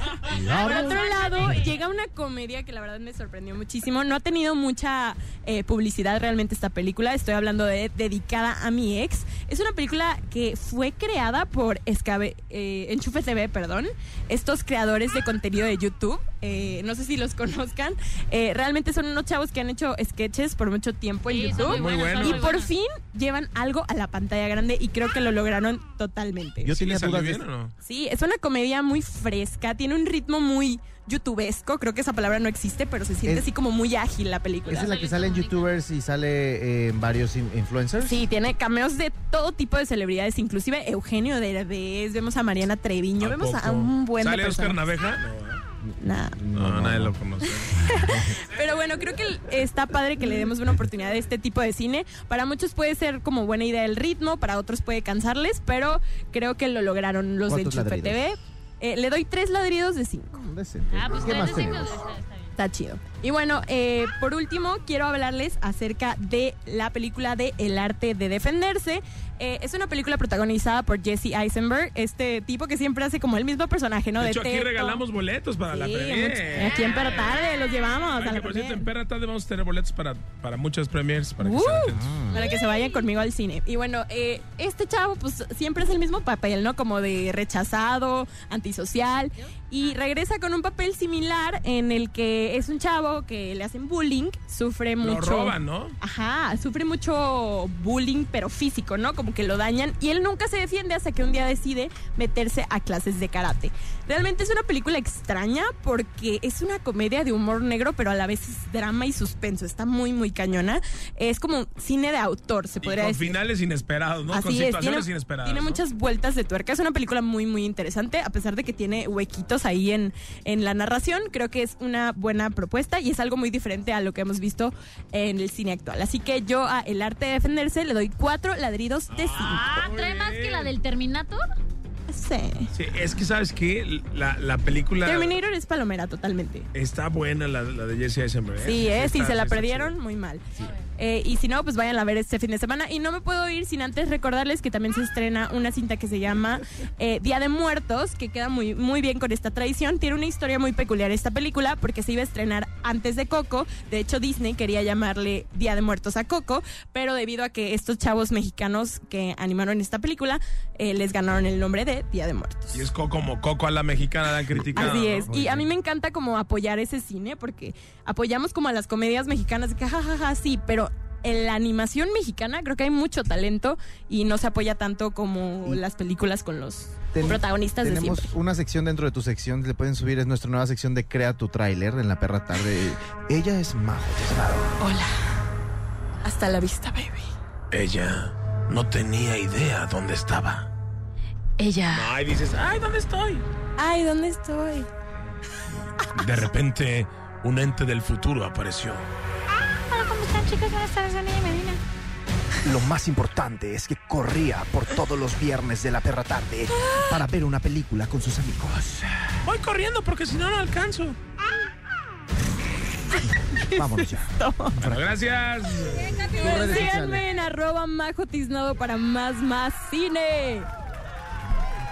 [SPEAKER 1] Cuidado.
[SPEAKER 10] por otro lado, llega una
[SPEAKER 2] Ah,
[SPEAKER 10] comedia que la verdad me sorprendió muchísimo. No ha tenido mucha eh, publicidad realmente esta película. Estoy hablando de Dedicada a mi ex. Es una película que fue creada por Escabe, eh, Enchufe TV, perdón. Estos creadores de contenido de YouTube. Eh, no sé si los conozcan. Eh, realmente son unos chavos que han hecho sketches por mucho tiempo en
[SPEAKER 12] Sí, son
[SPEAKER 10] YouTube.
[SPEAKER 12] muy Muy buenos, son
[SPEAKER 10] Y
[SPEAKER 12] muy
[SPEAKER 10] por
[SPEAKER 12] buenos.
[SPEAKER 10] fin llevan algo a la pantalla grande y creo que lo lograron totalmente.
[SPEAKER 1] Yo tenía dudas de-
[SPEAKER 10] Sí, es una comedia muy fresca, tiene un ritmo muy youtubesco, creo que esa palabra no existe, pero se siente
[SPEAKER 4] Es-
[SPEAKER 10] así como muy ágil la película.
[SPEAKER 4] Esa es la que sale en YouTubers y sale eh, en varios in- influencers.
[SPEAKER 10] Sí, tiene cameos de todo tipo de celebridades, inclusive Eugenio Derbez, vemos a Mariana Treviño,
[SPEAKER 1] ¿A
[SPEAKER 10] vemos a
[SPEAKER 1] poco?
[SPEAKER 10] un buen de
[SPEAKER 1] ¿Sale Oscar
[SPEAKER 10] personas.
[SPEAKER 1] Naveja?
[SPEAKER 10] No,
[SPEAKER 1] no, nadie lo conoce.
[SPEAKER 10] Pero bueno, creo que está padre que le demos una oportunidad a este tipo de cine. Para muchos puede ser como buena idea el ritmo, para otros puede cansarles, pero creo que lo lograron los del
[SPEAKER 4] ¿Cuántos
[SPEAKER 10] Chupe
[SPEAKER 4] ladridos?
[SPEAKER 10] TV. Eh, le doy tres ladridos de cinco.
[SPEAKER 4] Ah, pues ¿Qué tres más de cinco tenemos?
[SPEAKER 10] Está chido. Y bueno, eh, por último, quiero hablarles acerca de la película de El arte de defenderse. Eh, es una película protagonizada por Jesse Eisenberg, este tipo que siempre hace como el mismo personaje, ¿no?
[SPEAKER 1] de hecho, aquí
[SPEAKER 10] teto.
[SPEAKER 1] regalamos boletos para la
[SPEAKER 10] Sí,
[SPEAKER 1] premier.
[SPEAKER 10] mucho- aquí en Perra Tarde los llevamos a
[SPEAKER 1] Ay, que
[SPEAKER 10] la
[SPEAKER 1] por cierto,
[SPEAKER 10] premier.
[SPEAKER 1] en Perra Tarde vamos a tener boletos para, para muchas premiers. Para que
[SPEAKER 10] ¡Uh!
[SPEAKER 1] estén atentos.
[SPEAKER 10] Para que se vayan conmigo al cine. Y bueno, eh, este chavo pues siempre es el mismo papel, ¿no? Como de rechazado, antisocial. Y regresa con un papel similar en el que es un chavo que le hacen bullying, sufre
[SPEAKER 1] Lo
[SPEAKER 10] mucho...
[SPEAKER 1] roban, ¿no?
[SPEAKER 10] Ajá, sufre mucho bullying, pero físico, ¿no? Como que lo dañan. Y él nunca se defiende hasta que un día decide meterse a clases de karate. Realmente es una película extraña porque es una comedia de humor negro, pero a la vez es drama y suspenso. Está muy, muy cañona. Es como cine de autor, se
[SPEAKER 1] Y
[SPEAKER 10] podría
[SPEAKER 1] con
[SPEAKER 10] decir.
[SPEAKER 1] finales inesperados, ¿no? con
[SPEAKER 10] Así es,
[SPEAKER 1] situaciones
[SPEAKER 10] tiene,
[SPEAKER 1] inesperadas.
[SPEAKER 10] tiene
[SPEAKER 1] ¿no?
[SPEAKER 10] muchas vueltas de tuerca. Es una película muy, muy interesante, a pesar de que tiene huequitos ahí en, en la narración. Creo que es una buena propuesta y es algo muy diferente a lo que hemos visto en el cine actual. Así que yo a El arte de defenderse le doy cuatro ladridos de cinco.
[SPEAKER 2] Ah, ¿trae más que la del Terminator?
[SPEAKER 10] Sí.
[SPEAKER 1] Sí, es que, ¿sabes qué? La, la película
[SPEAKER 10] Terminator es palomera totalmente.
[SPEAKER 1] está buena, la, la de Jesse Eisenberg. ¿eh?
[SPEAKER 10] Sí, es, si
[SPEAKER 1] está-
[SPEAKER 10] se la
[SPEAKER 1] está
[SPEAKER 10] perdieron, muy mal. Eh, y si no, pues vayan a ver este fin de semana. Y no me puedo ir sin antes recordarles que también se estrena una cinta que se llama eh, Día de Muertos, que queda muy, muy bien con esta tradición. Tiene una historia muy peculiar esta película porque se iba a estrenar antes de Coco. De hecho, Disney quería llamarle Día de Muertos a Coco, pero debido a que estos chavos mexicanos que animaron esta película eh, les ganaron el nombre de Día de Muertos.
[SPEAKER 1] Y es co- como Coco a la mexicana, la han criticado.
[SPEAKER 10] Así
[SPEAKER 1] ¿no?
[SPEAKER 10] es. Y a mí me encanta como apoyar ese cine porque apoyamos como a las comedias mexicanas, que jajaja, sí, pero en la animación mexicana creo que hay mucho talento y no se apoya tanto como las películas con los
[SPEAKER 4] Ten-
[SPEAKER 10] protagonistas de
[SPEAKER 4] Tenemos
[SPEAKER 10] siempre.
[SPEAKER 4] una sección dentro de tu sección, le pueden subir, es nuestra nueva sección de Crea tu tráiler en la perra tarde. Ella es Majo Tesfaro.
[SPEAKER 10] Hasta la vista, baby.
[SPEAKER 1] Ella no tenía idea dónde estaba.
[SPEAKER 10] Ella.
[SPEAKER 1] Ay, dices, ay, ¿dónde estoy?
[SPEAKER 10] Ay, ¿dónde estoy?
[SPEAKER 1] De repente, un ente del futuro apareció.
[SPEAKER 3] Ah,
[SPEAKER 12] Hola, ¿cómo están chicos? Buenas tardes, Dani y Medina.
[SPEAKER 4] Lo más importante es que corría por todos los viernes de la perra tarde para ver una película con sus amigos.
[SPEAKER 1] Voy corriendo porque si no, no alcanzo.
[SPEAKER 4] Vámonos ya.
[SPEAKER 1] Bueno, gracias.
[SPEAKER 10] Síganme en arroba majo tiznado para más, más cine.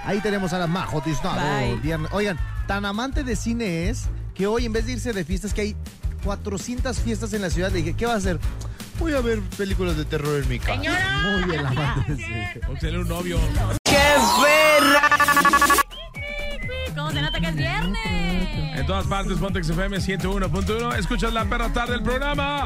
[SPEAKER 4] Ahí tenemos a la Majo Tiznado.
[SPEAKER 10] Bye.
[SPEAKER 4] Viernes- Oigan, tan amante de cine es que hoy en vez de irse de fiestas, que hay 400 fiestas en la ciudad, le dije, ¿qué va a hacer? Voy a ver películas de terror en mi casa. Muy bien, la amante de cine.
[SPEAKER 1] Obtener un novio.
[SPEAKER 2] ¡Qué verra! ¿Cómo se nota que es viernes?
[SPEAKER 1] En todas partes, Pontex FM 101.1. Escuchas la perra tarde del programa.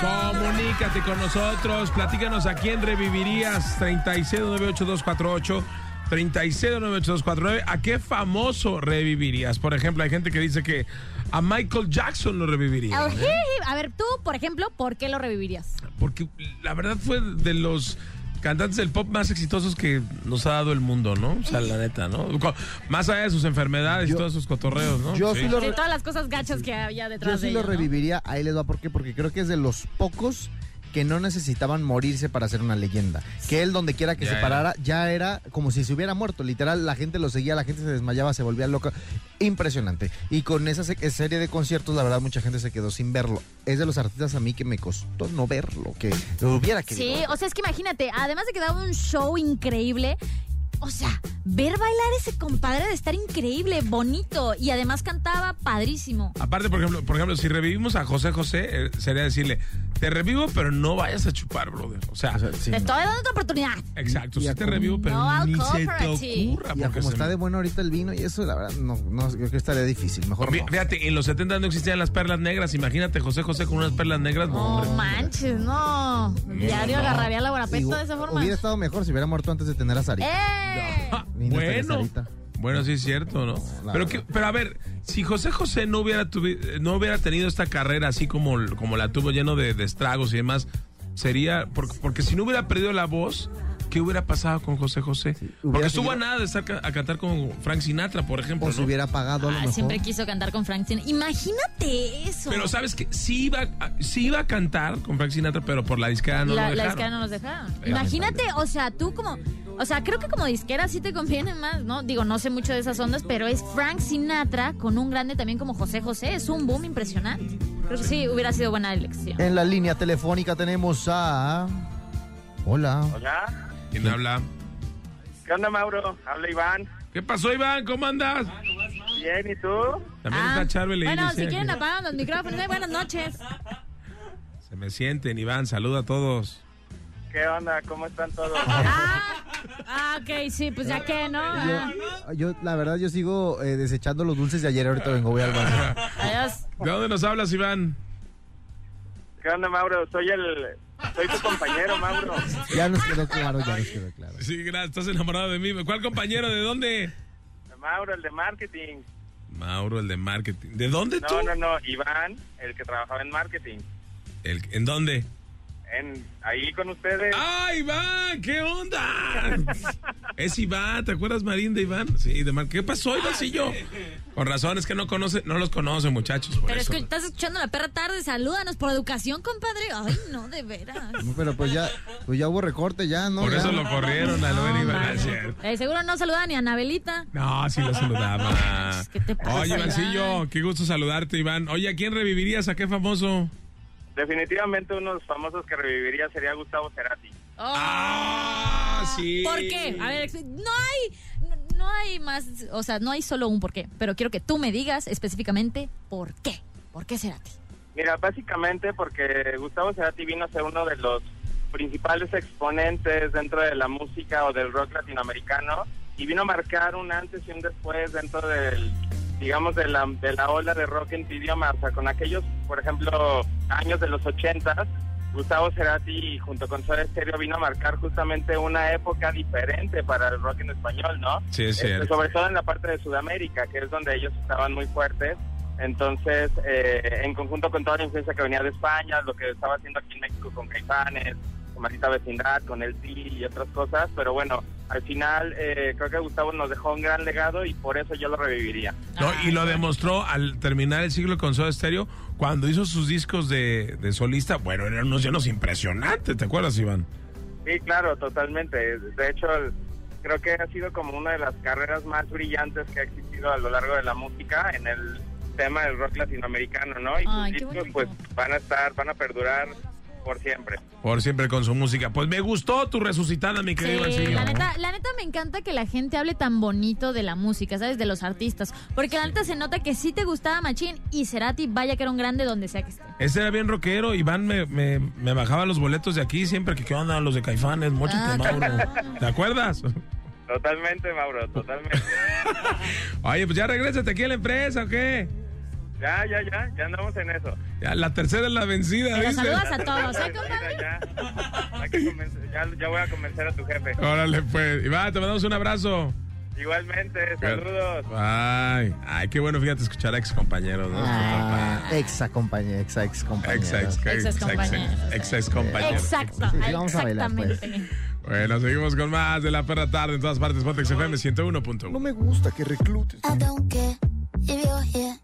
[SPEAKER 1] Comunícate con nosotros. Platícanos a quién revivirías. 3698248. 3698249. ¿A qué famoso revivirías? Por ejemplo, hay gente que dice que a Michael Jackson lo reviviría. ¿eh?
[SPEAKER 2] El hip, hip. A ver, tú, por ejemplo, ¿por qué lo revivirías?
[SPEAKER 1] Porque la verdad fue de los cantantes del pop más exitosos que nos ha dado el mundo, ¿no? O sea, la neta, ¿no? Co- Más allá de sus enfermedades y todos sus cotorreos, ¿no?
[SPEAKER 4] yo sí lo
[SPEAKER 2] De todas las cosas gachas que había detrás
[SPEAKER 4] Yo sí
[SPEAKER 2] de
[SPEAKER 4] lo
[SPEAKER 2] ella, ¿no?
[SPEAKER 4] reviviría, ahí les va por qué, porque creo que es de los pocos que no necesitaban morirse para ser una leyenda. Que él donde quiera que
[SPEAKER 1] Ya
[SPEAKER 4] se
[SPEAKER 1] era.
[SPEAKER 4] parara ya era como si se hubiera muerto, literal, la gente lo seguía, la gente se desmayaba, se volvía loca, impresionante. Y con esa se- serie de conciertos, la verdad, mucha gente se quedó sin verlo. Es de los artistas a mí que me costó no verlo, que lo hubiera querido.
[SPEAKER 2] Sí, o sea, es que imagínate, además de que daba un show increíble, o sea, ver bailar ese compadre de estar increíble, bonito, y además cantaba padrísimo.
[SPEAKER 1] Aparte, por ejemplo, por ejemplo, si revivimos a José José, eh, sería decirle, te revivo, pero no vayas a chupar, brother. O sea,
[SPEAKER 4] O sea, sí,
[SPEAKER 2] Te
[SPEAKER 4] no.
[SPEAKER 2] estoy dando otra oportunidad.
[SPEAKER 1] exacto,
[SPEAKER 4] Y
[SPEAKER 1] sí
[SPEAKER 4] a
[SPEAKER 1] te
[SPEAKER 4] como-
[SPEAKER 1] revivo, pero
[SPEAKER 2] No al
[SPEAKER 1] ni se te
[SPEAKER 2] corporate.
[SPEAKER 1] ocurra.
[SPEAKER 4] Y a
[SPEAKER 1] porque
[SPEAKER 4] como
[SPEAKER 1] se
[SPEAKER 4] está
[SPEAKER 1] me-
[SPEAKER 4] de bueno ahorita el vino y eso, la verdad, no, no creo que estaría difícil, mejor
[SPEAKER 1] Fí-
[SPEAKER 4] no.
[SPEAKER 1] Fíjate, en los 70 no existían las perlas negras. Imagínate José José con unas perlas negras. no,
[SPEAKER 2] No
[SPEAKER 1] hombre.
[SPEAKER 2] manches, no. Diario agarraría la guarapeta
[SPEAKER 4] Igual-
[SPEAKER 2] de esa forma.
[SPEAKER 4] Hubiera estado mejor si hubiera muerto antes de tener a Sarita.
[SPEAKER 2] ¡Eh!
[SPEAKER 1] Ah,
[SPEAKER 4] Ni no estaría
[SPEAKER 1] bueno.
[SPEAKER 4] Sarita.
[SPEAKER 1] Bueno, sí es cierto, ¿no?
[SPEAKER 4] la
[SPEAKER 1] pero,
[SPEAKER 4] verdad.
[SPEAKER 1] que- pero a ver, si José José no hubiera, tuvi- no hubiera tenido esta carrera así como, como la tuvo, lleno de, de estragos y demás, sería. Porque, porque si no hubiera perdido la voz, ¿qué hubiera pasado con José José? porque
[SPEAKER 4] hubiera
[SPEAKER 1] estuvo a
[SPEAKER 4] seguido-
[SPEAKER 1] nada de estar ca- a cantar con Frank Sinatra, por ejemplo.
[SPEAKER 4] O se
[SPEAKER 1] ¿no?
[SPEAKER 4] hubiera pagado a lo
[SPEAKER 2] Ah,
[SPEAKER 4] mejor.
[SPEAKER 2] siempre quiso cantar con Frank Sinatra. Imagínate eso.
[SPEAKER 1] Pero sabes que sí iba, a- sí iba a cantar con Frank Sinatra, pero por la disquera Ah, no
[SPEAKER 2] la,
[SPEAKER 1] lo
[SPEAKER 2] la
[SPEAKER 1] dejaron.
[SPEAKER 2] disquera no nos deja. Imagínate, o sea, tú como. O sea, creo que como disquera sí te conviene más, ¿no? Digo, no sé mucho de esas ondas, pero es Frank Sinatra con un grande también como José José. Es un boom impresionante. Creo que sí, hubiera sido buena elección.
[SPEAKER 4] En la línea telefónica tenemos a. Hola.
[SPEAKER 12] Hola.
[SPEAKER 1] ¿Quién habla?
[SPEAKER 12] ¿Qué onda, Mauro? Habla Iván.
[SPEAKER 1] ¿Qué pasó, Iván? ¿Cómo andas?
[SPEAKER 12] Bien, ¿y tú?
[SPEAKER 1] También
[SPEAKER 2] Ah,
[SPEAKER 1] está Charbel y
[SPEAKER 2] bueno, si
[SPEAKER 1] Lucía.
[SPEAKER 2] quieren apagan los micrófonos. Eh, Buenas noches.
[SPEAKER 1] Se me sienten, Iván. Saluda a todos.
[SPEAKER 12] ¿Qué onda? ¿Cómo están todos?
[SPEAKER 2] Ah, ok, sí, pues ya que, ¿no? Ah,
[SPEAKER 4] Yo, yo, la verdad, yo sigo eh, desechando los dulces de ayer. Ahorita vengo, voy al baño.
[SPEAKER 2] adiós.
[SPEAKER 1] ¿De dónde nos hablas, Iván?
[SPEAKER 12] ¿Qué onda, Mauro? Soy el... Soy tu compañero, Mauro.
[SPEAKER 4] Ya nos quedó claro, ya nos quedó claro.
[SPEAKER 1] Sí, gracias. Estás enamorado de mí. ¿Cuál compañero? ¿De dónde?
[SPEAKER 12] Mauro, el de marketing.
[SPEAKER 1] Mauro, el de marketing. ¿De dónde tú?
[SPEAKER 12] No, no, no. Iván, el que trabajaba en marketing.
[SPEAKER 1] El- ¿En dónde?
[SPEAKER 12] En, ahí con ustedes.
[SPEAKER 1] ¡Ah, Iván! ¿Qué onda? es Iván. ¿Te acuerdas, Marín, de Iván? Sí, de Mar ¿Qué pasó, Iván? Sí,
[SPEAKER 2] Ah,
[SPEAKER 1] yo. Con razón, es que no, conoce, no los conoce, muchachos. Por
[SPEAKER 2] Pero es
[SPEAKER 1] eso.
[SPEAKER 2] que estás escuchando la perra tarde. Salúdanos por educación, compadre. Ay, no, de veras.
[SPEAKER 4] No, Pero pues ya, pues ya hubo recorte, ya, ¿no?
[SPEAKER 1] Por
[SPEAKER 4] Ya.
[SPEAKER 1] eso lo corrieron a Lover Iván.
[SPEAKER 2] mano.
[SPEAKER 1] es cierto.
[SPEAKER 2] Eh, seguro no saluda ni a Anabelita.
[SPEAKER 1] No, Ah, sí lo saludaba.
[SPEAKER 2] ¿Qué te pasa,
[SPEAKER 1] Oye,
[SPEAKER 2] Iván?
[SPEAKER 1] Ivancillo, qué gusto saludarte, Iván. Oye, ¿a quién revivirías? ¿A qué famoso?
[SPEAKER 12] Definitivamente uno de los famosos que reviviría sería Gustavo Cerati.
[SPEAKER 1] Ah, sí.
[SPEAKER 2] Oh. ¿Por qué? A ver, expl- no hay, no, no hay más, o sea, no hay solo un por qué, pero quiero que tú me digas específicamente por qué. ¿Por qué Cerati?
[SPEAKER 12] Mira, básicamente porque Gustavo Cerati vino a ser uno de los principales exponentes dentro de la música o del rock latinoamericano y vino a marcar un antes y un después dentro del, digamos, de la, de la ola de rock en tu idioma. O sea, con aquellos, por ejemplo, años de los ochentas, Gustavo Cerati junto con Soda Stereo vino a marcar justamente una época diferente para el rock en español, ¿no?
[SPEAKER 1] Sí, es
[SPEAKER 12] Este,
[SPEAKER 1] cierto.
[SPEAKER 12] sobre todo en la parte de Sudamérica, que es donde ellos estaban muy fuertes. Entonces, eh, en conjunto con toda la influencia que venía de España, lo que estaba haciendo aquí en México con Caifanes, con Maldita Vecindad, con El Til y otras cosas, pero bueno, al final eh, creo que Gustavo nos dejó un gran legado y por eso yo lo reviviría.
[SPEAKER 1] No, y lo demostró al terminar el siglo con Soda Stereo cuando hizo sus discos de, de solista. Bueno, eran unos llenos impresionantes, ¿te acuerdas, Iván?
[SPEAKER 12] Sí, claro, totalmente. De hecho, el- creo que ha sido como una de las carreras más brillantes que ha existido a lo largo de la música en el tema del rock latinoamericano, ¿no? Y
[SPEAKER 2] Ay,
[SPEAKER 12] sus
[SPEAKER 2] qué
[SPEAKER 12] discos pues van a estar, van a perdurar por siempre.
[SPEAKER 1] Por siempre con su música. Pues me gustó tu resucitada, mi
[SPEAKER 2] Sí,
[SPEAKER 1] querido Ivancillo.
[SPEAKER 2] la neta, la neta me encanta que la gente hable tan bonito de la música, ¿sabes? De los artistas. Porque la neta se nota que sí te gustaba Machín y Cerati, vaya que era un grande donde sea que esté.
[SPEAKER 1] Ese era bien rockero. Iván me, me, me bajaba los boletos de aquí siempre que qué onda los de Caifanes, Mocho
[SPEAKER 2] Ah,
[SPEAKER 1] Mauro. ¿Te acuerdas?
[SPEAKER 12] Totalmente, Mauro, totalmente.
[SPEAKER 1] Oye, pues ya regrésate aquí a la empresa, ¿o qué?
[SPEAKER 12] Ya, ya, ya, ya andamos en eso.
[SPEAKER 1] Ya, la tercera es la vencida,
[SPEAKER 2] Pero
[SPEAKER 1] ¿viste?
[SPEAKER 2] saludas a todos, ¿eh, compadre?
[SPEAKER 12] Ya, hay que convencer- ya, ya voy a convencer a tu jefe.
[SPEAKER 1] Órale, pues. Iván, te mandamos un abrazo.
[SPEAKER 12] Igualmente, saludos.
[SPEAKER 1] Ay, ay, qué bueno, fíjate, escuchar a ex compañeros, ¿no?
[SPEAKER 4] Exa compañía, exa ex compañía.
[SPEAKER 1] Ex, ex, ex, ex, ex, ex, ex compañeros.
[SPEAKER 2] Exacto,
[SPEAKER 4] Sí, vamos a bailar, pues.
[SPEAKER 2] exactamente.
[SPEAKER 1] Bueno, seguimos con más de la perra tarde en todas partes. Pontex FM 101.1.
[SPEAKER 4] No me gusta que reclutes.
[SPEAKER 3] I don't care if you're here.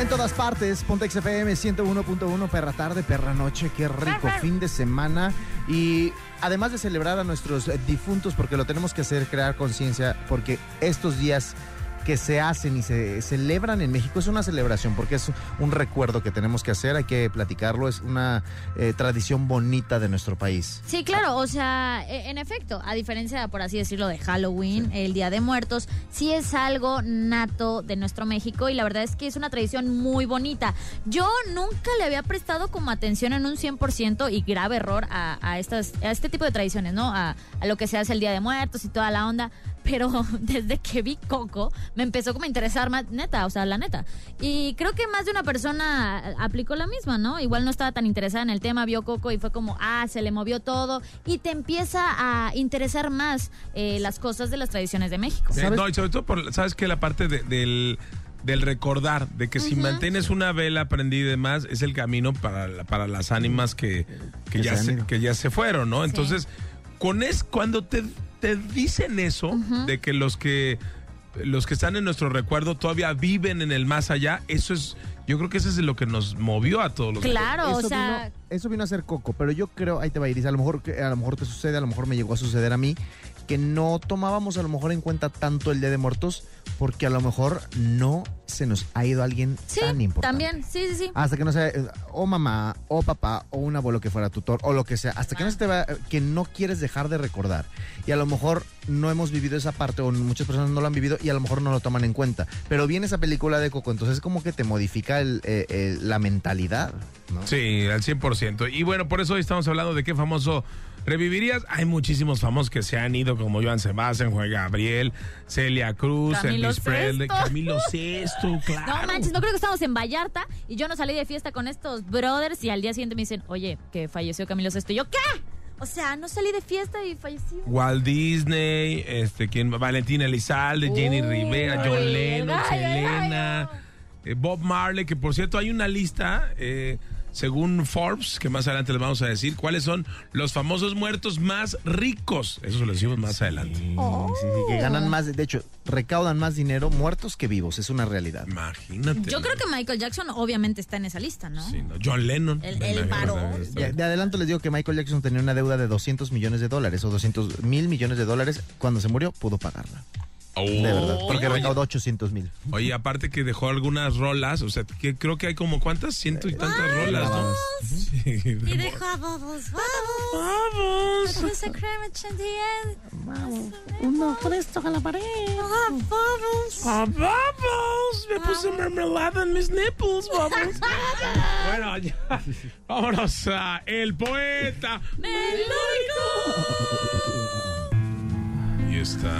[SPEAKER 4] En todas partes, Pontex FM 101.1, perra tarde, perra noche, qué rico fin de semana. Y además de celebrar a nuestros eh, difuntos, porque lo tenemos que hacer, crear conciencia, porque estos días que se hacen y se celebran en México es una celebración, porque es un recuerdo que tenemos que hacer, hay que platicarlo, es una eh, tradición bonita de nuestro país.
[SPEAKER 2] Sí, claro, o sea, e- en efecto, a diferencia, por así decirlo, de Halloween, el Día de Muertos, sí es algo nato de nuestro México y la verdad es que es una tradición muy bonita. Yo nunca le había prestado como atención en un 100% y grave error a, a estas, a este tipo de tradiciones, ¿no? A, a lo que se hace el Día de Muertos y toda la onda. Pero desde que vi Coco, me empezó como a interesar más, neta, o sea, la neta. Y creo que más de una persona eh, aplicó la misma, ¿no? Igual no estaba tan interesada en el tema, vio Coco y fue como, ah, se le movió todo. Y te empieza a interesar más eh, las cosas de las tradiciones de México.
[SPEAKER 1] Sí, no, y sobre todo, por, ¿sabes que La parte de- del, del recordar, de que si
[SPEAKER 2] Ujú.
[SPEAKER 1] mantienes una vela prendida y demás, es el camino para, la- para las ánimas que, que,
[SPEAKER 4] Que
[SPEAKER 1] ya,
[SPEAKER 4] se han
[SPEAKER 1] se,
[SPEAKER 4] ido.
[SPEAKER 1] que ya se fueron, ¿no?
[SPEAKER 4] Sí.
[SPEAKER 1] Entonces, con es, cuando te, te dicen eso, de que los que los que están en nuestro recuerdo todavía viven en el más allá, eso es, yo creo que eso es lo que nos movió a todos los
[SPEAKER 4] Eso vino- eso vino a ser Coco, pero yo creo, ahí te va Iris, a lo mejor que- a lo mejor te sucede, a lo mejor me llegó a suceder a mí, que no tomábamos a lo mejor en cuenta tanto el Día de Muertos, porque a lo mejor no se nos ha ido alguien
[SPEAKER 2] Sí,
[SPEAKER 4] tan importante.
[SPEAKER 2] también, sí, sí,
[SPEAKER 1] Ah,
[SPEAKER 2] sí.
[SPEAKER 4] Hasta que no sea, eh, o mamá, o papá, o un abuelo que fuera tutor, o lo que sea, hasta que no se te va, eh, que no quieres dejar de recordar. Y a lo mejor no hemos vivido esa parte, o muchas personas no lo han vivido, y a lo mejor no lo toman en cuenta. Pero viene esa película de Coco, entonces como que te modifica el, eh, eh, la mentalidad.
[SPEAKER 1] Sí, al 100%. Y bueno, por eso hoy estamos hablando de qué famoso revivirías. Hay muchísimos famosos que se han ido, como Joan Sebastián, Juan Gabriel, Celia Cruz,
[SPEAKER 2] Camilo
[SPEAKER 1] Elvis Presley,
[SPEAKER 2] Sexto.
[SPEAKER 1] Camilo Sexto, claro.
[SPEAKER 2] No manches, no creo que estamos en Vallarta y yo no salí de fiesta con estos brothers y al día siguiente me dicen, oye, que falleció Camilo Sesto. Y yo, ¿qué? O sea, no salí de fiesta y falleció.
[SPEAKER 1] Walt Disney, este, ¿quién? Valentina Elizalde, Jenny Rivera, John
[SPEAKER 2] el
[SPEAKER 1] Lennon,
[SPEAKER 2] gallo, el
[SPEAKER 1] Selena, eh, Bob Marley, que por cierto hay una lista, eh, según Forbes, que más adelante les vamos a decir cuáles son los famosos muertos más ricos. Eso lo decimos más adelante.
[SPEAKER 4] Sí, sí, que
[SPEAKER 2] Oh.
[SPEAKER 4] ganan más, de hecho, recaudan más dinero muertos que vivos, es una realidad.
[SPEAKER 1] Imagínate.
[SPEAKER 2] Yo creo que Michael Jackson obviamente está en esa lista, ¿no?
[SPEAKER 1] No, John Lennon.
[SPEAKER 2] El-
[SPEAKER 1] Me
[SPEAKER 2] el
[SPEAKER 1] imagino
[SPEAKER 2] varón.
[SPEAKER 1] también está
[SPEAKER 4] De,
[SPEAKER 1] bien.
[SPEAKER 4] de adelanto les digo que Michael Jackson tenía una deuda de 200 millones de dólares o 200 mil millones de dólares. Cuando se murió, pudo pagarla.
[SPEAKER 1] Oh.
[SPEAKER 4] De verdad, porque
[SPEAKER 1] Oye,
[SPEAKER 4] recaudó 800 mil.
[SPEAKER 1] Oye, aparte que dejó algunas rolas, o sea, que creo que hay como cuántas, ciento y tantas rolas, ¿no? Sí,
[SPEAKER 3] Y
[SPEAKER 1] de-
[SPEAKER 3] dejo a Bubbles, Bubbles.
[SPEAKER 1] Bubbles.
[SPEAKER 3] It was a cremage at the end.
[SPEAKER 4] Vamos. Uno puesto a la pared.
[SPEAKER 3] Ah, Bubbles.
[SPEAKER 1] Ah, Bubbles. Me puse mermelada en mis nipples, Bubbles. bueno, ya. Vámonos a El Poeta. Y esta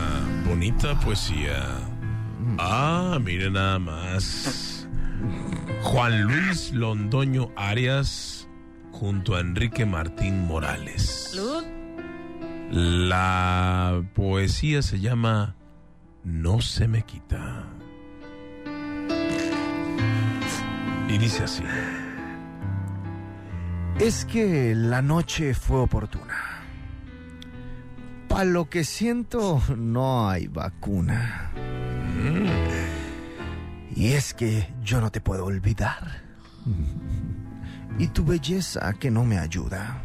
[SPEAKER 1] bonita poesía. Ah, mire nada más. Juan Luis Londoño Arias junto a Enrique Martín Morales. La poesía se llama no se me quita. Y dice así.
[SPEAKER 4] Es que la noche fue oportuna. Pa' lo que siento, no hay vacuna. Y es que yo no te puedo olvidar. Y tu belleza que no me ayuda.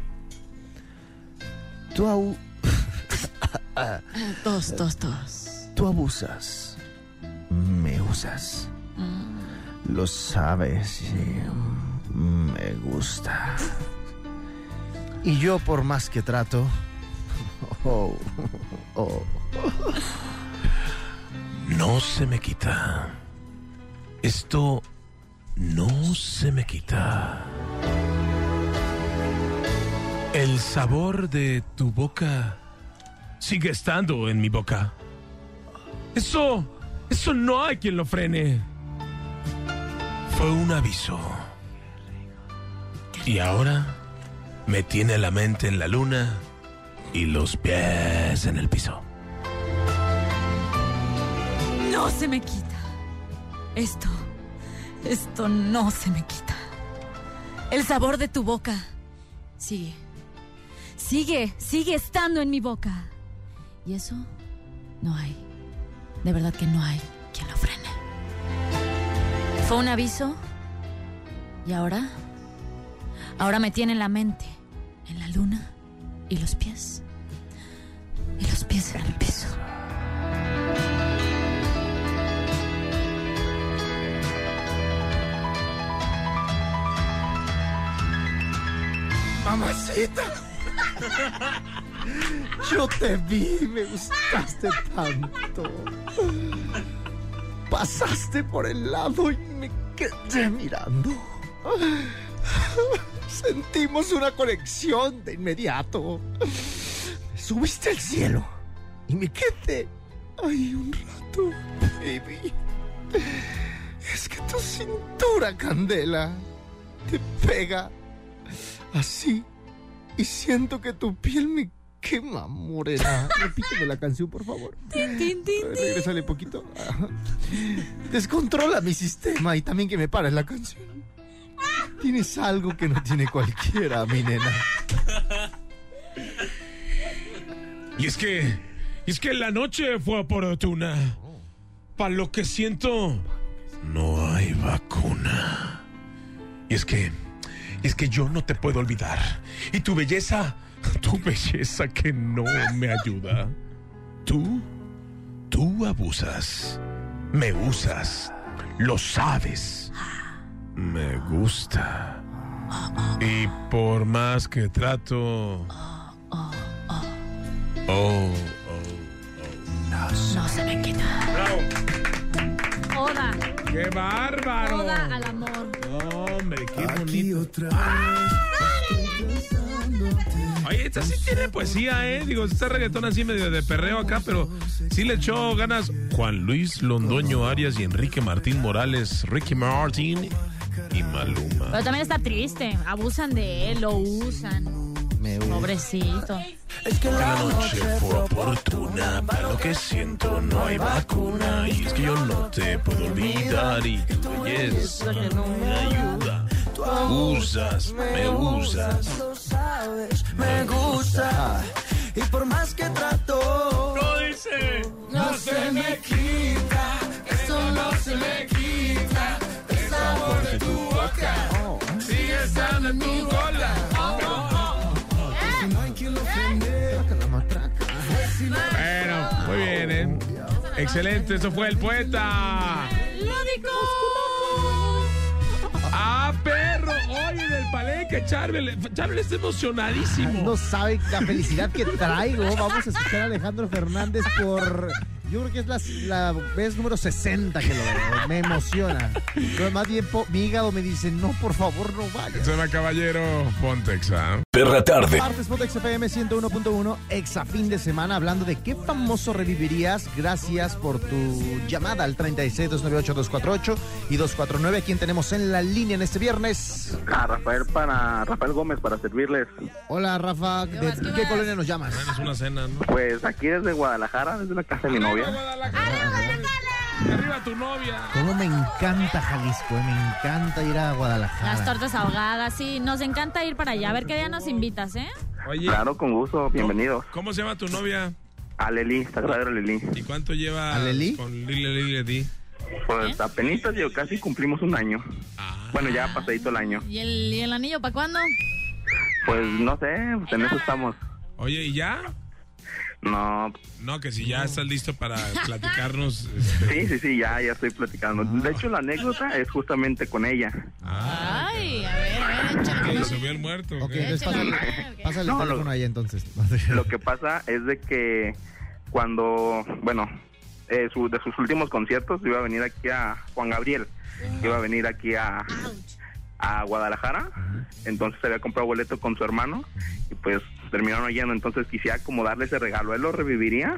[SPEAKER 4] Tú au-
[SPEAKER 5] Tos, tos, tos.
[SPEAKER 4] Tú abusas. Me usas. Lo sabes. y Me gusta. Y yo por más que trato... oh, oh,
[SPEAKER 1] No se me quita. Esto no se me quita. El sabor de tu boca sigue estando en mi boca. Eso, eso no hay quien lo frene. Fue un aviso. Y ahora me tiene la mente en la luna y los pies en el piso.
[SPEAKER 5] No se me quita. Esto, esto no se me quita. El sabor de tu boca sigue. Sigue, sigue estando en mi boca. Y eso no hay. De verdad que no hay quien lo frene. Fue un aviso. Y ahora, ahora me tiene en la mente, en la luna y los pies. Y los pies en el piso.
[SPEAKER 4] Mamacita. Yo te vi, me gustaste tanto. Pasaste por el lado y me quedé mirando. Sentimos una conexión de inmediato. Subiste al cielo y me quedé ahí un rato, baby. Es que tu cintura, Candela, te pega así y siento que tu piel me quema, morena. Repíteme la canción, por favor. Regresale poquito. Ajá. Descontrola mi sistema y también que me pares la canción. Tienes algo que no tiene cualquiera, mi nena.
[SPEAKER 1] Y es que, y es que la noche fue oportuna. Para lo que siento, no hay vacuna. Y es que, y es que yo no te puedo olvidar. Y tu belleza, tu belleza que no me ayuda. Tú, tú abusas, me usas, lo sabes. Me gusta. Y por más que trato... Oh,
[SPEAKER 5] No se me quita.
[SPEAKER 2] Oda,
[SPEAKER 1] qué bárbaro.
[SPEAKER 2] oda al amor.
[SPEAKER 1] Hombre, qué bonito. Oye, esta sí tiene poesía, ¿eh? Digo, está reggaetón así medio de perreo acá, pero sí le echó ganas Juan Luis Londoño Arias y Enrique Martín Morales, Ricky Martin y Maluma.
[SPEAKER 2] Pero también está triste. Abusan de él, lo usan. Pobrecito.
[SPEAKER 1] La noche fue oportuna, para lo que siento no hay vacuna. Y es que yo no te puedo olvidar y tu belleza no me ayuda. Usas, me usas.
[SPEAKER 3] Lo sabes, me gusta. Y por más que trato,
[SPEAKER 6] Lo dice.
[SPEAKER 3] no se me quita. Esto no se me quita. El sabor de tu boca sigue estando en mi bola.
[SPEAKER 1] Bueno, muy bien, ¿eh? Excelente, eso fue el poeta. ¡Ah, perro! Oye, en el palenque, Charvel. Charvel está emocionadísimo.
[SPEAKER 4] No saben la felicidad que traigo. Vamos a escuchar a Alejandro Fernández por. Yo creo que es la, la vez número 60 que lo veo. Me emociona. Pero más bien po- mi hígado me dice: No, por favor, no vayas.
[SPEAKER 1] Suena caballero, Pontexa.
[SPEAKER 13] Perra tarde.
[SPEAKER 4] Martes por XFM 101.1, exa fin de semana, hablando de qué famoso revivirías. Gracias por tu llamada al 36-298-248 y 249, a quien tenemos en la línea en este viernes.
[SPEAKER 12] A Rafael para Rafael Gómez para servirles.
[SPEAKER 4] Hola, Rafa, ¿de qué colonia nos llamas?
[SPEAKER 1] Es una cena, ¿no? Ah,
[SPEAKER 12] Pues aquí desde Guadalajara, desde la casa de mi novia. bien.
[SPEAKER 1] Arriba tu novia.
[SPEAKER 4] Cómo me encanta Jalisco, eh, me encanta ir a Guadalajara.
[SPEAKER 2] Las tortas ahogadas, sí. Nos encanta ir para allá. A ver qué día nos invitas, ¿eh?
[SPEAKER 1] Oye.
[SPEAKER 12] Claro, con gusto, bienvenidos.
[SPEAKER 1] ¿Cómo se llama tu novia?
[SPEAKER 12] Aleli, Sagradero Aleli.
[SPEAKER 1] ¿Y cuánto lleva ah, con Lili Lili Di?
[SPEAKER 12] Pues apenas yo casi cumplimos un año.
[SPEAKER 1] Ah.
[SPEAKER 12] Bueno, ya pasadito el año.
[SPEAKER 2] ¿Y el, y el anillo para cuándo?
[SPEAKER 12] Pues no sé, pues en eso estamos.
[SPEAKER 1] Oye, ¿y ya?
[SPEAKER 12] No.
[SPEAKER 1] No, que si ya estás listo para platicarnos. este,
[SPEAKER 12] Sí, sí, sí, ya, ya estoy platicando. De hecho, la anécdota es justamente con ella.
[SPEAKER 1] Ah.
[SPEAKER 2] Ay, a ver, a ver,
[SPEAKER 1] Que
[SPEAKER 2] échale.
[SPEAKER 1] le subió el muerto.
[SPEAKER 4] Ok,
[SPEAKER 1] ¿qué?
[SPEAKER 4] entonces pásale, pásale el
[SPEAKER 12] No, lo-
[SPEAKER 4] teléfono ahí entonces.
[SPEAKER 12] Lo que pasa es de que cuando, bueno, eh, su- de sus últimos conciertos iba a venir aquí a Juan Gabriel, iba a venir aquí a, a Guadalajara, entonces había comprado boleto con su hermano y pues terminaron oyendo, entonces quisiera como darle ese regalo, él lo reviviría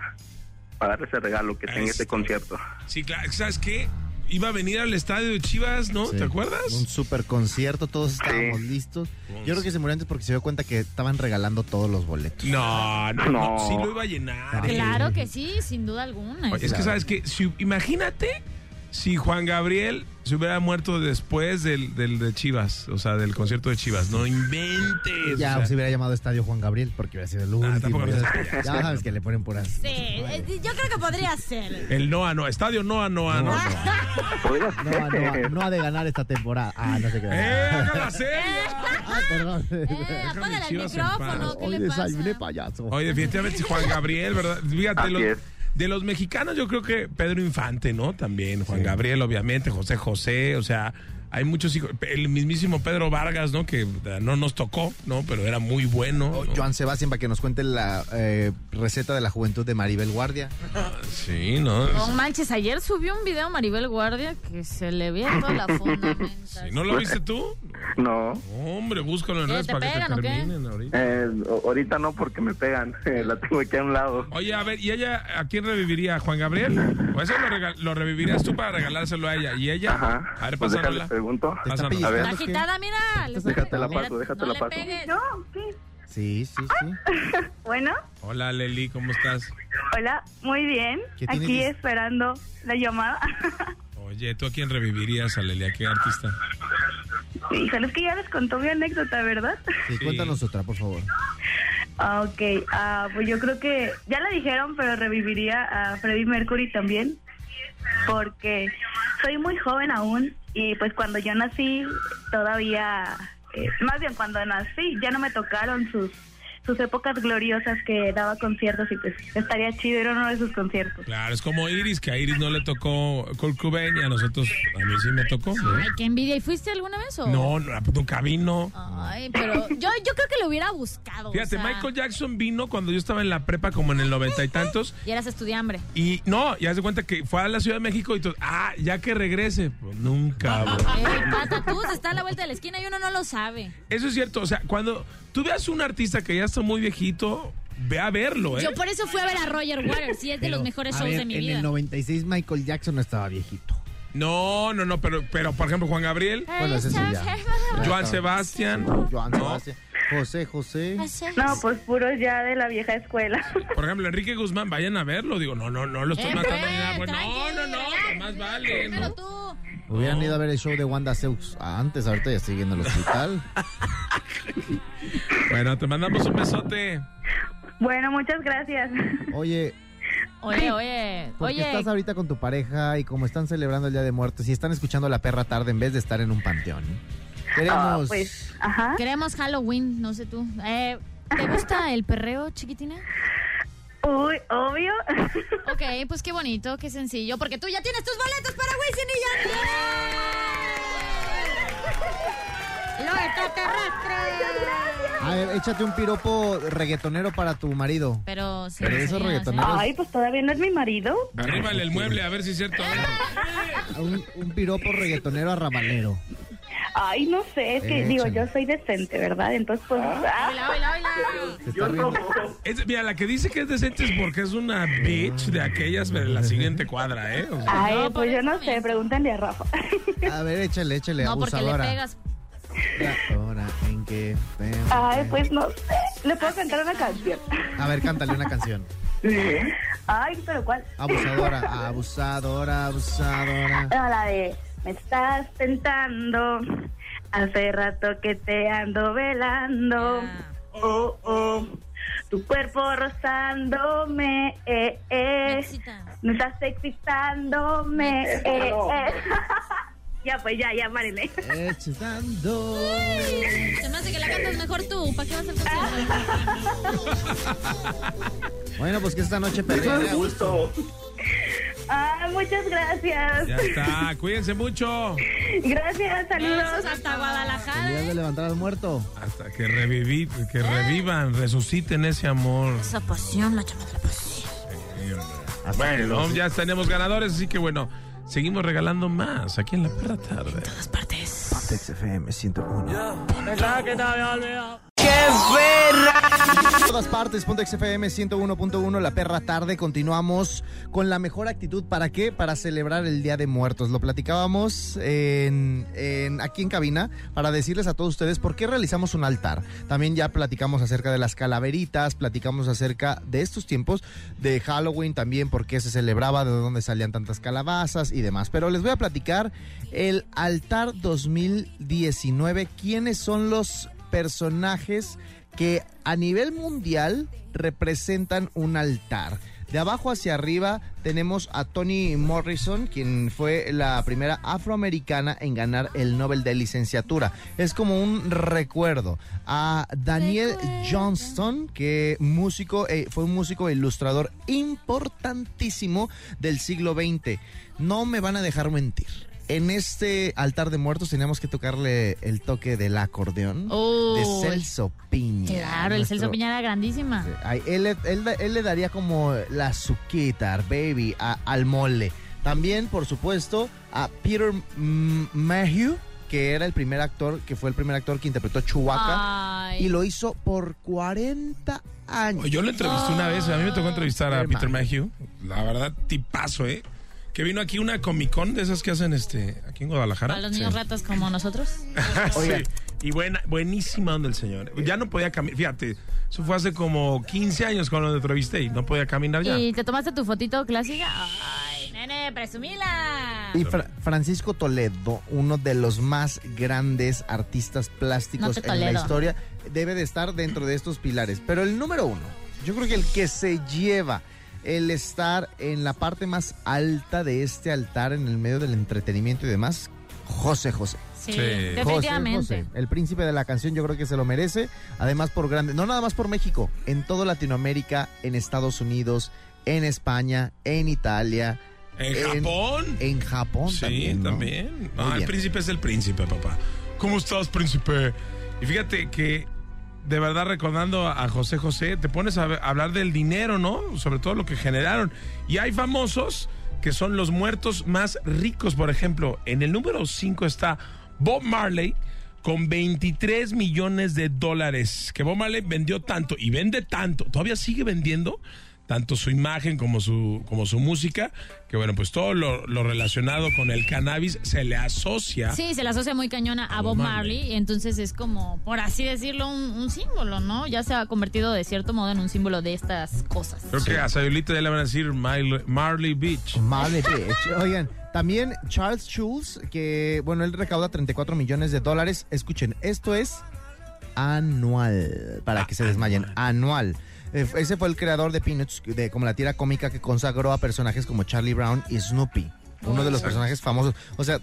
[SPEAKER 12] para darle ese regalo que tenga este concierto.
[SPEAKER 1] Sí, claro, ¿sabes qué? Iba a venir al estadio de Chivas, ¿no?
[SPEAKER 4] Sí.
[SPEAKER 1] ¿Te acuerdas?
[SPEAKER 4] Un super concierto, todos estábamos listos. Yo creo que se murió antes porque se dio cuenta que estaban regalando todos los boletos.
[SPEAKER 1] No, no, no, sí lo iba a llenar.
[SPEAKER 2] Claro que sí, sin duda alguna.
[SPEAKER 1] Oye, es que sabes que imagínate si Juan Gabriel se hubiera muerto después del, del de Chivas, o sea, del concierto de Chivas, no inventes.
[SPEAKER 4] Ya
[SPEAKER 1] o sea,
[SPEAKER 4] se hubiera llamado Estadio Juan Gabriel porque hubiera sido el último.
[SPEAKER 1] tampoco nos-
[SPEAKER 4] ya sabes que le ponen puras.
[SPEAKER 2] Sí, eh, yo creo que podría ser.
[SPEAKER 1] el Noa Noa, estadio Noa Noa. No,
[SPEAKER 4] No, no, no ha de ganar esta temporada. Ah, no se
[SPEAKER 1] ¡Eh,
[SPEAKER 4] crea.
[SPEAKER 1] hágala seria!
[SPEAKER 4] Ah, perdón.
[SPEAKER 2] Eh,
[SPEAKER 1] Déjame Chivas en paz.
[SPEAKER 4] Hoy desayuné payaso.
[SPEAKER 1] Oye, definitivamente Juan Gabriel, ¿verdad? Fíjate,
[SPEAKER 12] Así
[SPEAKER 1] los-
[SPEAKER 12] es.
[SPEAKER 1] de los mexicanos yo creo que Pedro Infante, ¿no? También, Juan Gabriel, obviamente, José José, o sea, hay muchos hijos. El mismísimo Pedro Vargas, ¿no? Que eh, no nos tocó, ¿no? Pero era muy bueno. ¿no?
[SPEAKER 4] Joan Sebastián, para que nos cuente la eh, receta de la juventud de Maribel Guardia.
[SPEAKER 1] Sí, ¿no?
[SPEAKER 2] No manches, ayer subió un video Maribel Guardia que se le veía toda la funda.
[SPEAKER 1] Sí, ¿No lo viste tú?
[SPEAKER 12] No.
[SPEAKER 1] Hombre, búscalo en
[SPEAKER 2] ¿Qué,
[SPEAKER 1] redes
[SPEAKER 2] te
[SPEAKER 1] para que
[SPEAKER 2] pegan o
[SPEAKER 1] te
[SPEAKER 2] qué?
[SPEAKER 1] terminen ahorita.
[SPEAKER 12] Eh, o- ahorita no porque me pegan, la tengo aquí a un lado.
[SPEAKER 1] Oye, a ver, ¿y ella a quién reviviría? ¿A Juan Gabriel? ¿O eso lo, rega- lo revivirías tú para regalárselo a ella? ¿Y ella?
[SPEAKER 12] Ajá.
[SPEAKER 1] A ver,
[SPEAKER 12] Pues déjale,
[SPEAKER 1] pásanola.
[SPEAKER 12] pregunto.
[SPEAKER 1] Pásanosla.
[SPEAKER 12] A ver.
[SPEAKER 2] Está agitada, mira. le-
[SPEAKER 12] Déjate la
[SPEAKER 2] mira,
[SPEAKER 12] paso, déjate
[SPEAKER 2] no
[SPEAKER 12] la
[SPEAKER 2] le
[SPEAKER 12] paso.
[SPEAKER 2] pegues.
[SPEAKER 14] No, ¿qué?
[SPEAKER 4] Sí, sí, sí.
[SPEAKER 14] Bueno,
[SPEAKER 1] Hola, Leli, ¿cómo estás?
[SPEAKER 14] hola, muy bien.
[SPEAKER 1] ¿Qué tienes
[SPEAKER 14] Aquí
[SPEAKER 1] de-
[SPEAKER 14] esperando la llamada.
[SPEAKER 1] Oye, ¿tú a quién revivirías, a Leli? ¿A qué artista?
[SPEAKER 14] Híjole, es que ya les contó mi anécdota, ¿verdad?
[SPEAKER 4] Sí, cuéntanos otra, por favor.
[SPEAKER 14] Ah, ok, ah, pues yo creo que ya la dijeron, pero reviviría a Freddie Mercury también, porque soy muy joven aún y pues cuando yo nací todavía, eh, más bien cuando nací ya no me tocaron sus sus épocas gloriosas que daba conciertos y pues estaría chido ir a uno de sus conciertos.
[SPEAKER 1] Claro, es como Iris, que a Iris no le tocó Kurt Cobain y a nosotros, a mí sí me tocó.
[SPEAKER 2] Ay, qué envidia. ¿Y fuiste alguna vez o?
[SPEAKER 1] No, no, nunca vino.
[SPEAKER 2] Ay, pero yo, yo creo que lo hubiera buscado. Oh, o
[SPEAKER 1] Fíjate,
[SPEAKER 2] sea,
[SPEAKER 1] Michael Jackson vino cuando yo estaba en la prepa, como en el noventa y tantos,
[SPEAKER 2] Y eras estudiambre.
[SPEAKER 1] Y no, ya se cuenta que fue a la Ciudad de México y todo. Ah, ya que regrese. Pues nunca, bro.
[SPEAKER 2] Ey, Patatús Eh, está a la vuelta de la esquina y uno no lo sabe.
[SPEAKER 1] Eso es cierto. O sea, cuando tú veas un artista que ya está muy viejito, ve a verlo, ¿eh?
[SPEAKER 2] Yo por eso fui a ver a Roger Waters y es de
[SPEAKER 4] Pero,
[SPEAKER 2] los mejores
[SPEAKER 4] a
[SPEAKER 2] shows
[SPEAKER 4] ver,
[SPEAKER 2] de mi
[SPEAKER 4] en
[SPEAKER 2] vida.
[SPEAKER 4] el 96 Michael Jackson no estaba viejito.
[SPEAKER 1] No, no, no, pero, pero por ejemplo, Juan Gabriel.
[SPEAKER 4] Bueno, ese sí ya.
[SPEAKER 1] Joan Sebastián.
[SPEAKER 4] Joan
[SPEAKER 1] ¿no?
[SPEAKER 4] Sebastián. José, José.
[SPEAKER 14] No, pues puros ya de la vieja escuela.
[SPEAKER 1] Por ejemplo, Enrique Guzmán, vayan a verlo. Digo, no, no, no lo estoy
[SPEAKER 2] Eh,
[SPEAKER 1] matando
[SPEAKER 2] pues,
[SPEAKER 1] ni nada. Bueno, no, no, no, más vale. ¿no?
[SPEAKER 4] Hubieran ido a ver el show de Wanda Seux antes, ahorita ya estoy en el hospital.
[SPEAKER 1] Bueno, te mandamos un besote.
[SPEAKER 14] Bueno, muchas gracias.
[SPEAKER 4] Oye,
[SPEAKER 2] Oye, oye,
[SPEAKER 4] porque
[SPEAKER 2] oye.
[SPEAKER 4] estás ahorita con tu pareja y como están celebrando el Día de Muertos y están escuchando La Perra Tarde en vez de estar en un panteón.
[SPEAKER 2] Ah,
[SPEAKER 4] Queremos...
[SPEAKER 2] pues, Queremos Halloween, no sé tú. Eh, ¿Te gusta el perreo, chiquitina?
[SPEAKER 14] Uy, obvio.
[SPEAKER 2] Ok, pues qué bonito, qué sencillo, porque tú ya tienes tus boletos para Wisin y Yandel. ¡Lo extraterrestre!
[SPEAKER 4] A ver, échate un piropo reggaetonero para tu marido.
[SPEAKER 2] Pero, sí,
[SPEAKER 4] Pero esos reggaetoneros...
[SPEAKER 14] Ay, pues todavía no es mi marido.
[SPEAKER 1] Arríbale el mueble, a ver si es cierto.
[SPEAKER 4] Un, un piropo reggaetonero a rabalero.
[SPEAKER 14] Ay, no sé, es que digo,
[SPEAKER 4] Eh, Échale.
[SPEAKER 14] yo soy decente, ¿verdad? Entonces, pues...
[SPEAKER 2] Hola, hola, hola.
[SPEAKER 1] Es- mira, la que dice que es decente es porque es una bitch de aquellas de la siguiente cuadra, ¿eh? O sea,
[SPEAKER 14] Ay, pues yo no sé, pregúntale a Rafa.
[SPEAKER 4] A ver, échale, échale, abusadora. Ahora en que...
[SPEAKER 14] Ay, pues no sé. ¿Le puedo cantar una canción?
[SPEAKER 4] A ver, cántale una canción.
[SPEAKER 14] Ay, pero ¿cuál?
[SPEAKER 4] Abusadora, abusadora, abusadora.
[SPEAKER 14] No, la de me estás tentando, hace rato que te ando velando.
[SPEAKER 2] Ah.
[SPEAKER 14] Oh, oh, tu cuerpo rozándome, eh, eh. Me estás excitándome, eh, eh. ya, pues ya, ya, Marilyn.
[SPEAKER 4] Excitando.
[SPEAKER 2] Se me hace que la cantas mejor tú. ¿Para qué vas al concierto?
[SPEAKER 4] Bueno, pues que esta noche perrea. gusto.
[SPEAKER 14] Ay, Ah, muchas gracias.
[SPEAKER 1] Ya está, cuídense mucho.
[SPEAKER 14] Gracias, saludos.
[SPEAKER 2] Hasta Guadalajara.
[SPEAKER 4] Debías de levantar al muerto.
[SPEAKER 1] Hasta que reviví, que revivan, resuciten ese amor.
[SPEAKER 2] Esa pasión, la llamada la pasión.
[SPEAKER 1] Bueno, ya tenemos ganadores, así que bueno, seguimos regalando más aquí en la perra tarde. En
[SPEAKER 2] todas partes.
[SPEAKER 4] Pontex FM 101.
[SPEAKER 3] Pensaba que te había olvidado.
[SPEAKER 4] ¡Qué perra! En todas partes, Pontex FM 101.1, la perra tarde. Continuamos con la mejor actitud. ¿Para qué? Para celebrar el Día de Muertos. Lo platicábamos en- en- aquí en cabina para decirles a todos ustedes por qué realizamos un altar. También ya platicamos acerca de las calaveritas, platicamos acerca de estos tiempos de Halloween también, por qué se celebraba, de dónde salían tantas calabazas y demás. Pero les voy a platicar el altar 2019. ¿Quiénes son los personajes que a nivel mundial representan un altar. De abajo hacia arriba tenemos a Toni Morrison, quien fue la primera afroamericana en ganar el Nobel de Licenciatura. Es como un recuerdo. A Daniel Johnston, que músico, eh, fue un músico e ilustrador importantísimo del siglo XX. No me van a dejar mentir. En este altar de muertos teníamos que tocarle el toque del acordeón
[SPEAKER 2] Oh.
[SPEAKER 4] de Celso Piña.
[SPEAKER 2] Claro, el Celso
[SPEAKER 4] Nuestro-
[SPEAKER 2] Piña era grandísima.
[SPEAKER 4] Ay, él, le- él le- él le daría como la suquitar, baby, a- al mole. También, por supuesto, a Peter M- Mayhew, que era el primer actor, que fue el primer actor que interpretó Chewbacca.
[SPEAKER 2] Ay.
[SPEAKER 4] Y lo hizo por 40 años.
[SPEAKER 1] Yo lo entrevisté una vez, a mí me tocó entrevistar a Peter Mayhew. La verdad, tipazo, ¿eh? Que vino aquí una Comic Con de esas que hacen este aquí en Guadalajara.
[SPEAKER 2] Para los niños
[SPEAKER 1] Sí.
[SPEAKER 2] ratas como nosotros.
[SPEAKER 1] Sí. Y buena, buenísima onda el señor. Ya no podía caminar. Fíjate, eso fue hace como 15 años cuando lo entrevisté y no podía caminar ya.
[SPEAKER 2] ¿Y te tomaste tu fotito clásica? Ay, nene, presumila.
[SPEAKER 4] Y Fra- Francisco Toledo, uno de los más grandes artistas plásticos
[SPEAKER 2] No te
[SPEAKER 4] en la
[SPEAKER 2] tolero.
[SPEAKER 4] historia, debe de estar dentro de estos pilares. Pero el número uno, yo creo que el que se lleva el estar en la parte más alta de este altar, en el medio del entretenimiento y demás, José José.
[SPEAKER 2] Sí,
[SPEAKER 4] José
[SPEAKER 2] definitivamente.
[SPEAKER 4] José, el príncipe de la canción yo creo que se lo merece, además por grande, no nada más por México, en toda Latinoamérica, en Estados Unidos, en España, en Italia.
[SPEAKER 1] ¿En Japón?
[SPEAKER 4] En Japón
[SPEAKER 1] sí,
[SPEAKER 4] también. ¿no?
[SPEAKER 1] también. No,
[SPEAKER 4] Muy
[SPEAKER 1] el
[SPEAKER 4] bien.
[SPEAKER 1] príncipe es el príncipe, papá. ¿Cómo estás, príncipe? Y fíjate que, de verdad, recordando a José José, te pones a ver- a hablar del dinero, ¿no? Sobre todo lo que generaron. Y hay famosos que son los muertos más ricos. Por ejemplo, en el número 5 está Bob Marley con 23 millones de dólares. Que Bob Marley vendió tanto y vende tanto. Todavía sigue vendiendo tanto su imagen como su, como su música, que bueno, pues todo lo, lo relacionado con el cannabis se le asocia.
[SPEAKER 2] Sí, se la asocia muy cañona a Bob Marley, y entonces es como, por así decirlo, un, un símbolo, ¿no? Ya se ha convertido de cierto modo en un símbolo de estas cosas.
[SPEAKER 1] Creo que a Sayulita ya le van a decir Marley, Marley Beach.
[SPEAKER 4] Marley Beach. Oigan, también Charles Schulz, que bueno, él recauda 34 millones de dólares. Escuchen, esto es anual, para
[SPEAKER 1] Ah,
[SPEAKER 4] que se desmayen, anual. Eh, Ese fue el creador de Peanuts, de como la tira cómica que consagró a personajes como Charlie Brown y Snoopy, uno de los personajes famosos. O sea,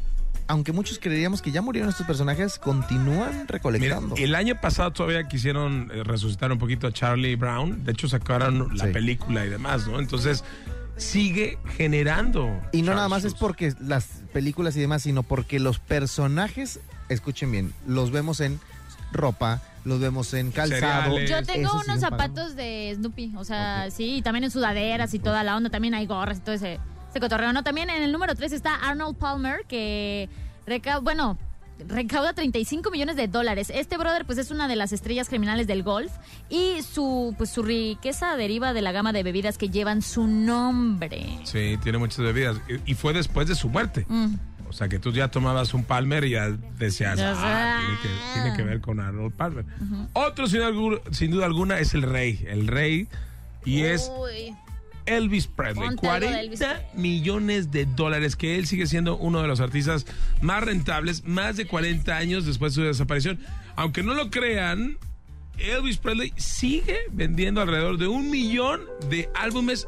[SPEAKER 4] aunque muchos creeríamos que ya murieron estos personajes, continúan recolectando.
[SPEAKER 1] El año pasado todavía quisieron eh, resucitar un poquito a Charlie Brown. De hecho, sacaron la película y demás, ¿no? Entonces, sigue generando.
[SPEAKER 4] Y no nada más es porque las películas y demás, sino porque los personajes, escuchen bien, los vemos en ropa, los vemos en calzado.
[SPEAKER 2] Yo tengo
[SPEAKER 4] Esos
[SPEAKER 2] unos
[SPEAKER 4] siguen pagando.
[SPEAKER 2] zapatos de Snoopy, o sea, sí, y también en sudaderas y toda la onda, también hay gorras y todo ese, ese cotorreo, ¿no? También en el número 3 está Arnold Palmer, que recauda, bueno, recauda 35 millones de dólares. Este brother, pues, es una de las estrellas criminales del golf y su, pues, su riqueza deriva de la gama de bebidas que llevan su nombre.
[SPEAKER 1] Sí, tiene muchas bebidas. Y- Y fue después de su muerte.
[SPEAKER 2] Mm.
[SPEAKER 1] O sea, que tú ya tomabas un Palmer y ya decías,
[SPEAKER 2] Ya
[SPEAKER 1] "Ah,
[SPEAKER 2] sé".
[SPEAKER 1] tiene que, tiene que ver con Arnold Palmer. Otro, sin, algu- sin duda alguna, es el rey. El rey. Y es Elvis Presley.
[SPEAKER 2] Ponte algo
[SPEAKER 1] 40
[SPEAKER 2] de Elvis
[SPEAKER 1] millones de dólares, que él sigue siendo uno de los artistas más rentables, más de 40 años después de su desaparición. Aunque no lo crean, Elvis Presley sigue vendiendo alrededor de un millón de álbumes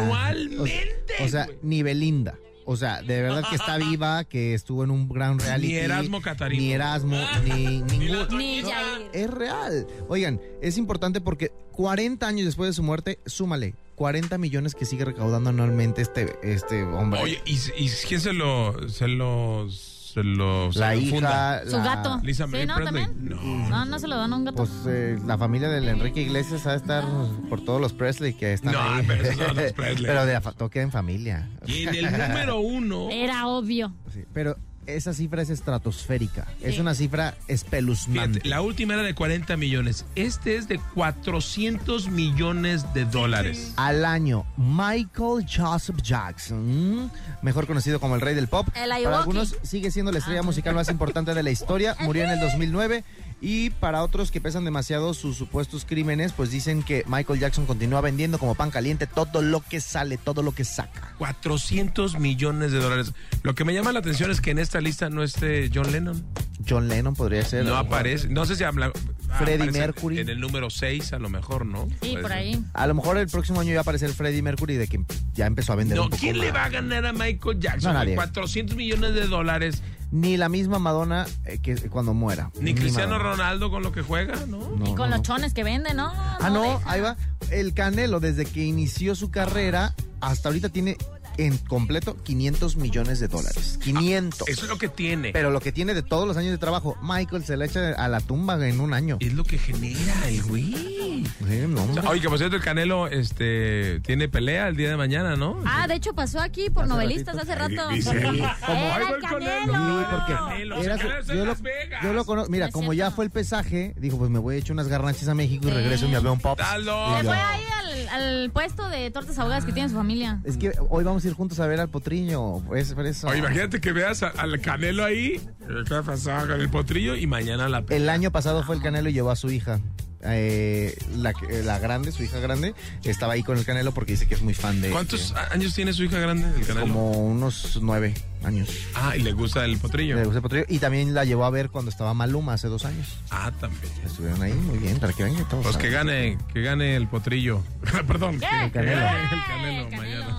[SPEAKER 4] O
[SPEAKER 1] anualmente.
[SPEAKER 4] sea, O sea, ni Belinda. O sea, de verdad que está viva, que estuvo en un gran reality.
[SPEAKER 1] Ni Erasmo Ah. Catarino.
[SPEAKER 4] Ni Erasmo, ni ningún...
[SPEAKER 2] Ni Yair.
[SPEAKER 4] Es real. Oigan, es importante porque 40 años después de su muerte, súmale 40 millones que sigue recaudando anualmente este, este hombre.
[SPEAKER 1] Oye, ¿y, y quién se lo, se lo, se lo, se
[SPEAKER 4] la
[SPEAKER 1] lo
[SPEAKER 4] hija...
[SPEAKER 1] funda?
[SPEAKER 2] Su gato.
[SPEAKER 1] Lisa
[SPEAKER 2] Sí,
[SPEAKER 1] Marie
[SPEAKER 2] ¿no?
[SPEAKER 1] Presley.
[SPEAKER 2] ¿También? No, no se lo dan a un gato.
[SPEAKER 4] Pues eh, la familia del Enrique Iglesias ha de estar por todos los Presley que están
[SPEAKER 1] No,
[SPEAKER 4] ahí.
[SPEAKER 1] pero esos son los Presley.
[SPEAKER 4] Pero de la fa- todo queda en familia.
[SPEAKER 1] Y en el número uno.
[SPEAKER 2] Era obvio.
[SPEAKER 4] Sí, pero esa cifra es estratosférica. Es
[SPEAKER 2] Sí.
[SPEAKER 4] una cifra espeluznante.
[SPEAKER 1] Fíjate, la última era de 40 millones. Este es de 400 millones de dólares.
[SPEAKER 4] Al año, Michael Joseph Jackson, mm, mejor conocido como el rey del pop,
[SPEAKER 2] El Ayahuasca.
[SPEAKER 4] para algunos sigue siendo la estrella musical más importante de la historia, murió en el 2009 y para otros que pesan demasiado sus supuestos crímenes, pues dicen que Michael Jackson continúa vendiendo como pan caliente todo lo que sale, todo lo que saca.
[SPEAKER 1] 400 millones de dólares. Lo que me llama la atención es que en esta lista no esté John Lennon.
[SPEAKER 4] John Lennon podría ser...
[SPEAKER 1] No aparece. No sé si habla. ah,
[SPEAKER 4] Freddie
[SPEAKER 1] aparece
[SPEAKER 4] Mercury.
[SPEAKER 1] En el número 6, a lo mejor, ¿no?
[SPEAKER 2] Sí,
[SPEAKER 1] Puede
[SPEAKER 2] por
[SPEAKER 1] ser.
[SPEAKER 2] ahí.
[SPEAKER 4] A lo mejor el próximo año va a aparecer Freddie Mercury de quien ya empezó a vender
[SPEAKER 1] No,
[SPEAKER 4] un poco
[SPEAKER 1] ¿quién le
[SPEAKER 4] más.
[SPEAKER 1] va a ganar a Michael Jackson?
[SPEAKER 4] No,
[SPEAKER 1] güey?
[SPEAKER 4] nadie.
[SPEAKER 1] 400 millones de dólares.
[SPEAKER 4] Ni la misma Madonna eh, que cuando muera.
[SPEAKER 1] Ni Cristiano
[SPEAKER 4] Madonna.
[SPEAKER 1] Ronaldo con lo que juega, ¿no?
[SPEAKER 4] No,
[SPEAKER 2] y con
[SPEAKER 4] no,
[SPEAKER 2] los
[SPEAKER 4] no.
[SPEAKER 2] chones que vende, ¿no?
[SPEAKER 4] Ah, no,
[SPEAKER 2] deja.
[SPEAKER 4] ahí va. El Canelo, desde que inició su carrera, hasta ahorita tiene en completo 500 millones de dólares. 500.
[SPEAKER 1] Eso es lo que tiene.
[SPEAKER 4] Pero Ah, lo que tiene de todos los años de trabajo, Michael se le echa a la tumba en un año.
[SPEAKER 1] Es lo que genera el güey.
[SPEAKER 4] Eh, no, hombre.
[SPEAKER 1] Oye, que por cierto, el Canelo este, tiene pelea el día de mañana, ¿no?
[SPEAKER 2] Ah, de hecho pasó aquí por
[SPEAKER 4] Hace
[SPEAKER 2] novelistas
[SPEAKER 4] ratito.
[SPEAKER 2] hace rato.
[SPEAKER 1] Dice, como, "Ay,
[SPEAKER 2] Era
[SPEAKER 1] va
[SPEAKER 2] el
[SPEAKER 1] el Canelo".
[SPEAKER 4] Sí,
[SPEAKER 2] Canelo.
[SPEAKER 4] porque
[SPEAKER 1] Canelo,
[SPEAKER 4] era
[SPEAKER 1] se
[SPEAKER 4] su-
[SPEAKER 1] queda en
[SPEAKER 4] yo, lo,
[SPEAKER 1] Las Vegas.
[SPEAKER 4] yo lo conozco. Mira,
[SPEAKER 2] No es
[SPEAKER 4] como
[SPEAKER 2] cierto.
[SPEAKER 4] ya fue el pesaje, dijo, pues me voy a echar unas garnachas a México y
[SPEAKER 2] Sí.
[SPEAKER 4] regreso y me veo un pop.
[SPEAKER 1] Dalo.
[SPEAKER 2] Se fue ahí al, al puesto de tortas ahogadas que tiene su familia.
[SPEAKER 4] Es que hoy vamos a ir juntos a ver al potriño. Es por eso.
[SPEAKER 1] Oye, imagínate que veas a- al Canelo ahí, ¿qué pasó con el potrillo? Y mañana la pelea.
[SPEAKER 4] El año pasado fue el Canelo y llevó a su hija. Eh, la, que- la grande, su hija grande, estaba ahí con el Canelo porque dice que es muy fan de.
[SPEAKER 1] ¿Cuántos años tiene su hija grande, el
[SPEAKER 4] de-
[SPEAKER 1] Canelo?
[SPEAKER 4] Como unos nueve años.
[SPEAKER 1] Ah, y le gusta el potrillo.
[SPEAKER 4] Le gusta el potrillo. Y también la llevó a ver cuando estaba Maluma hace dos años.
[SPEAKER 1] Ah, también.
[SPEAKER 4] Estuvieron ahí muy bien, para que venga todos.
[SPEAKER 1] Pues que gane, que gane el potrillo. Perdón, que, que
[SPEAKER 4] Canelo.
[SPEAKER 1] gane el Canelo mañana.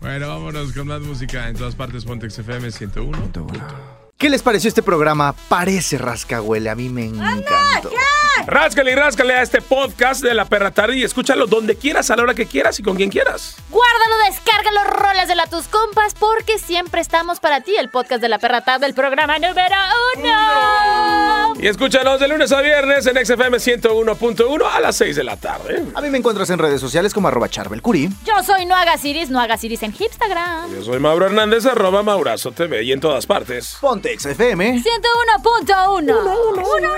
[SPEAKER 1] Bueno, vámonos con más música en todas partes. Pontex FM 101.
[SPEAKER 4] ¿Qué les pareció este programa? Parece rascahuele, a mí me encantó.
[SPEAKER 1] Ráscale y ráscale a este podcast de La Perra Tarde y escúchalo donde quieras, a la hora que quieras y con quien quieras.
[SPEAKER 5] Guárdalo, descárgalo, rolas de la tus compas, porque siempre estamos para ti, el podcast de la perra tarde, el programa número uno.
[SPEAKER 1] Y escúchanos de lunes a viernes en XFM 101.1 a las 6 de la tarde.
[SPEAKER 4] A mí me encuentras en redes sociales como arroba charbelcuri.
[SPEAKER 5] Yo soy No Hagas Iris, No Hagas Iris en Instagram.
[SPEAKER 1] Yo soy Mauro Hernández, arroba Maurazo TV y en todas partes.
[SPEAKER 4] Ponte XFM.
[SPEAKER 5] 101.1.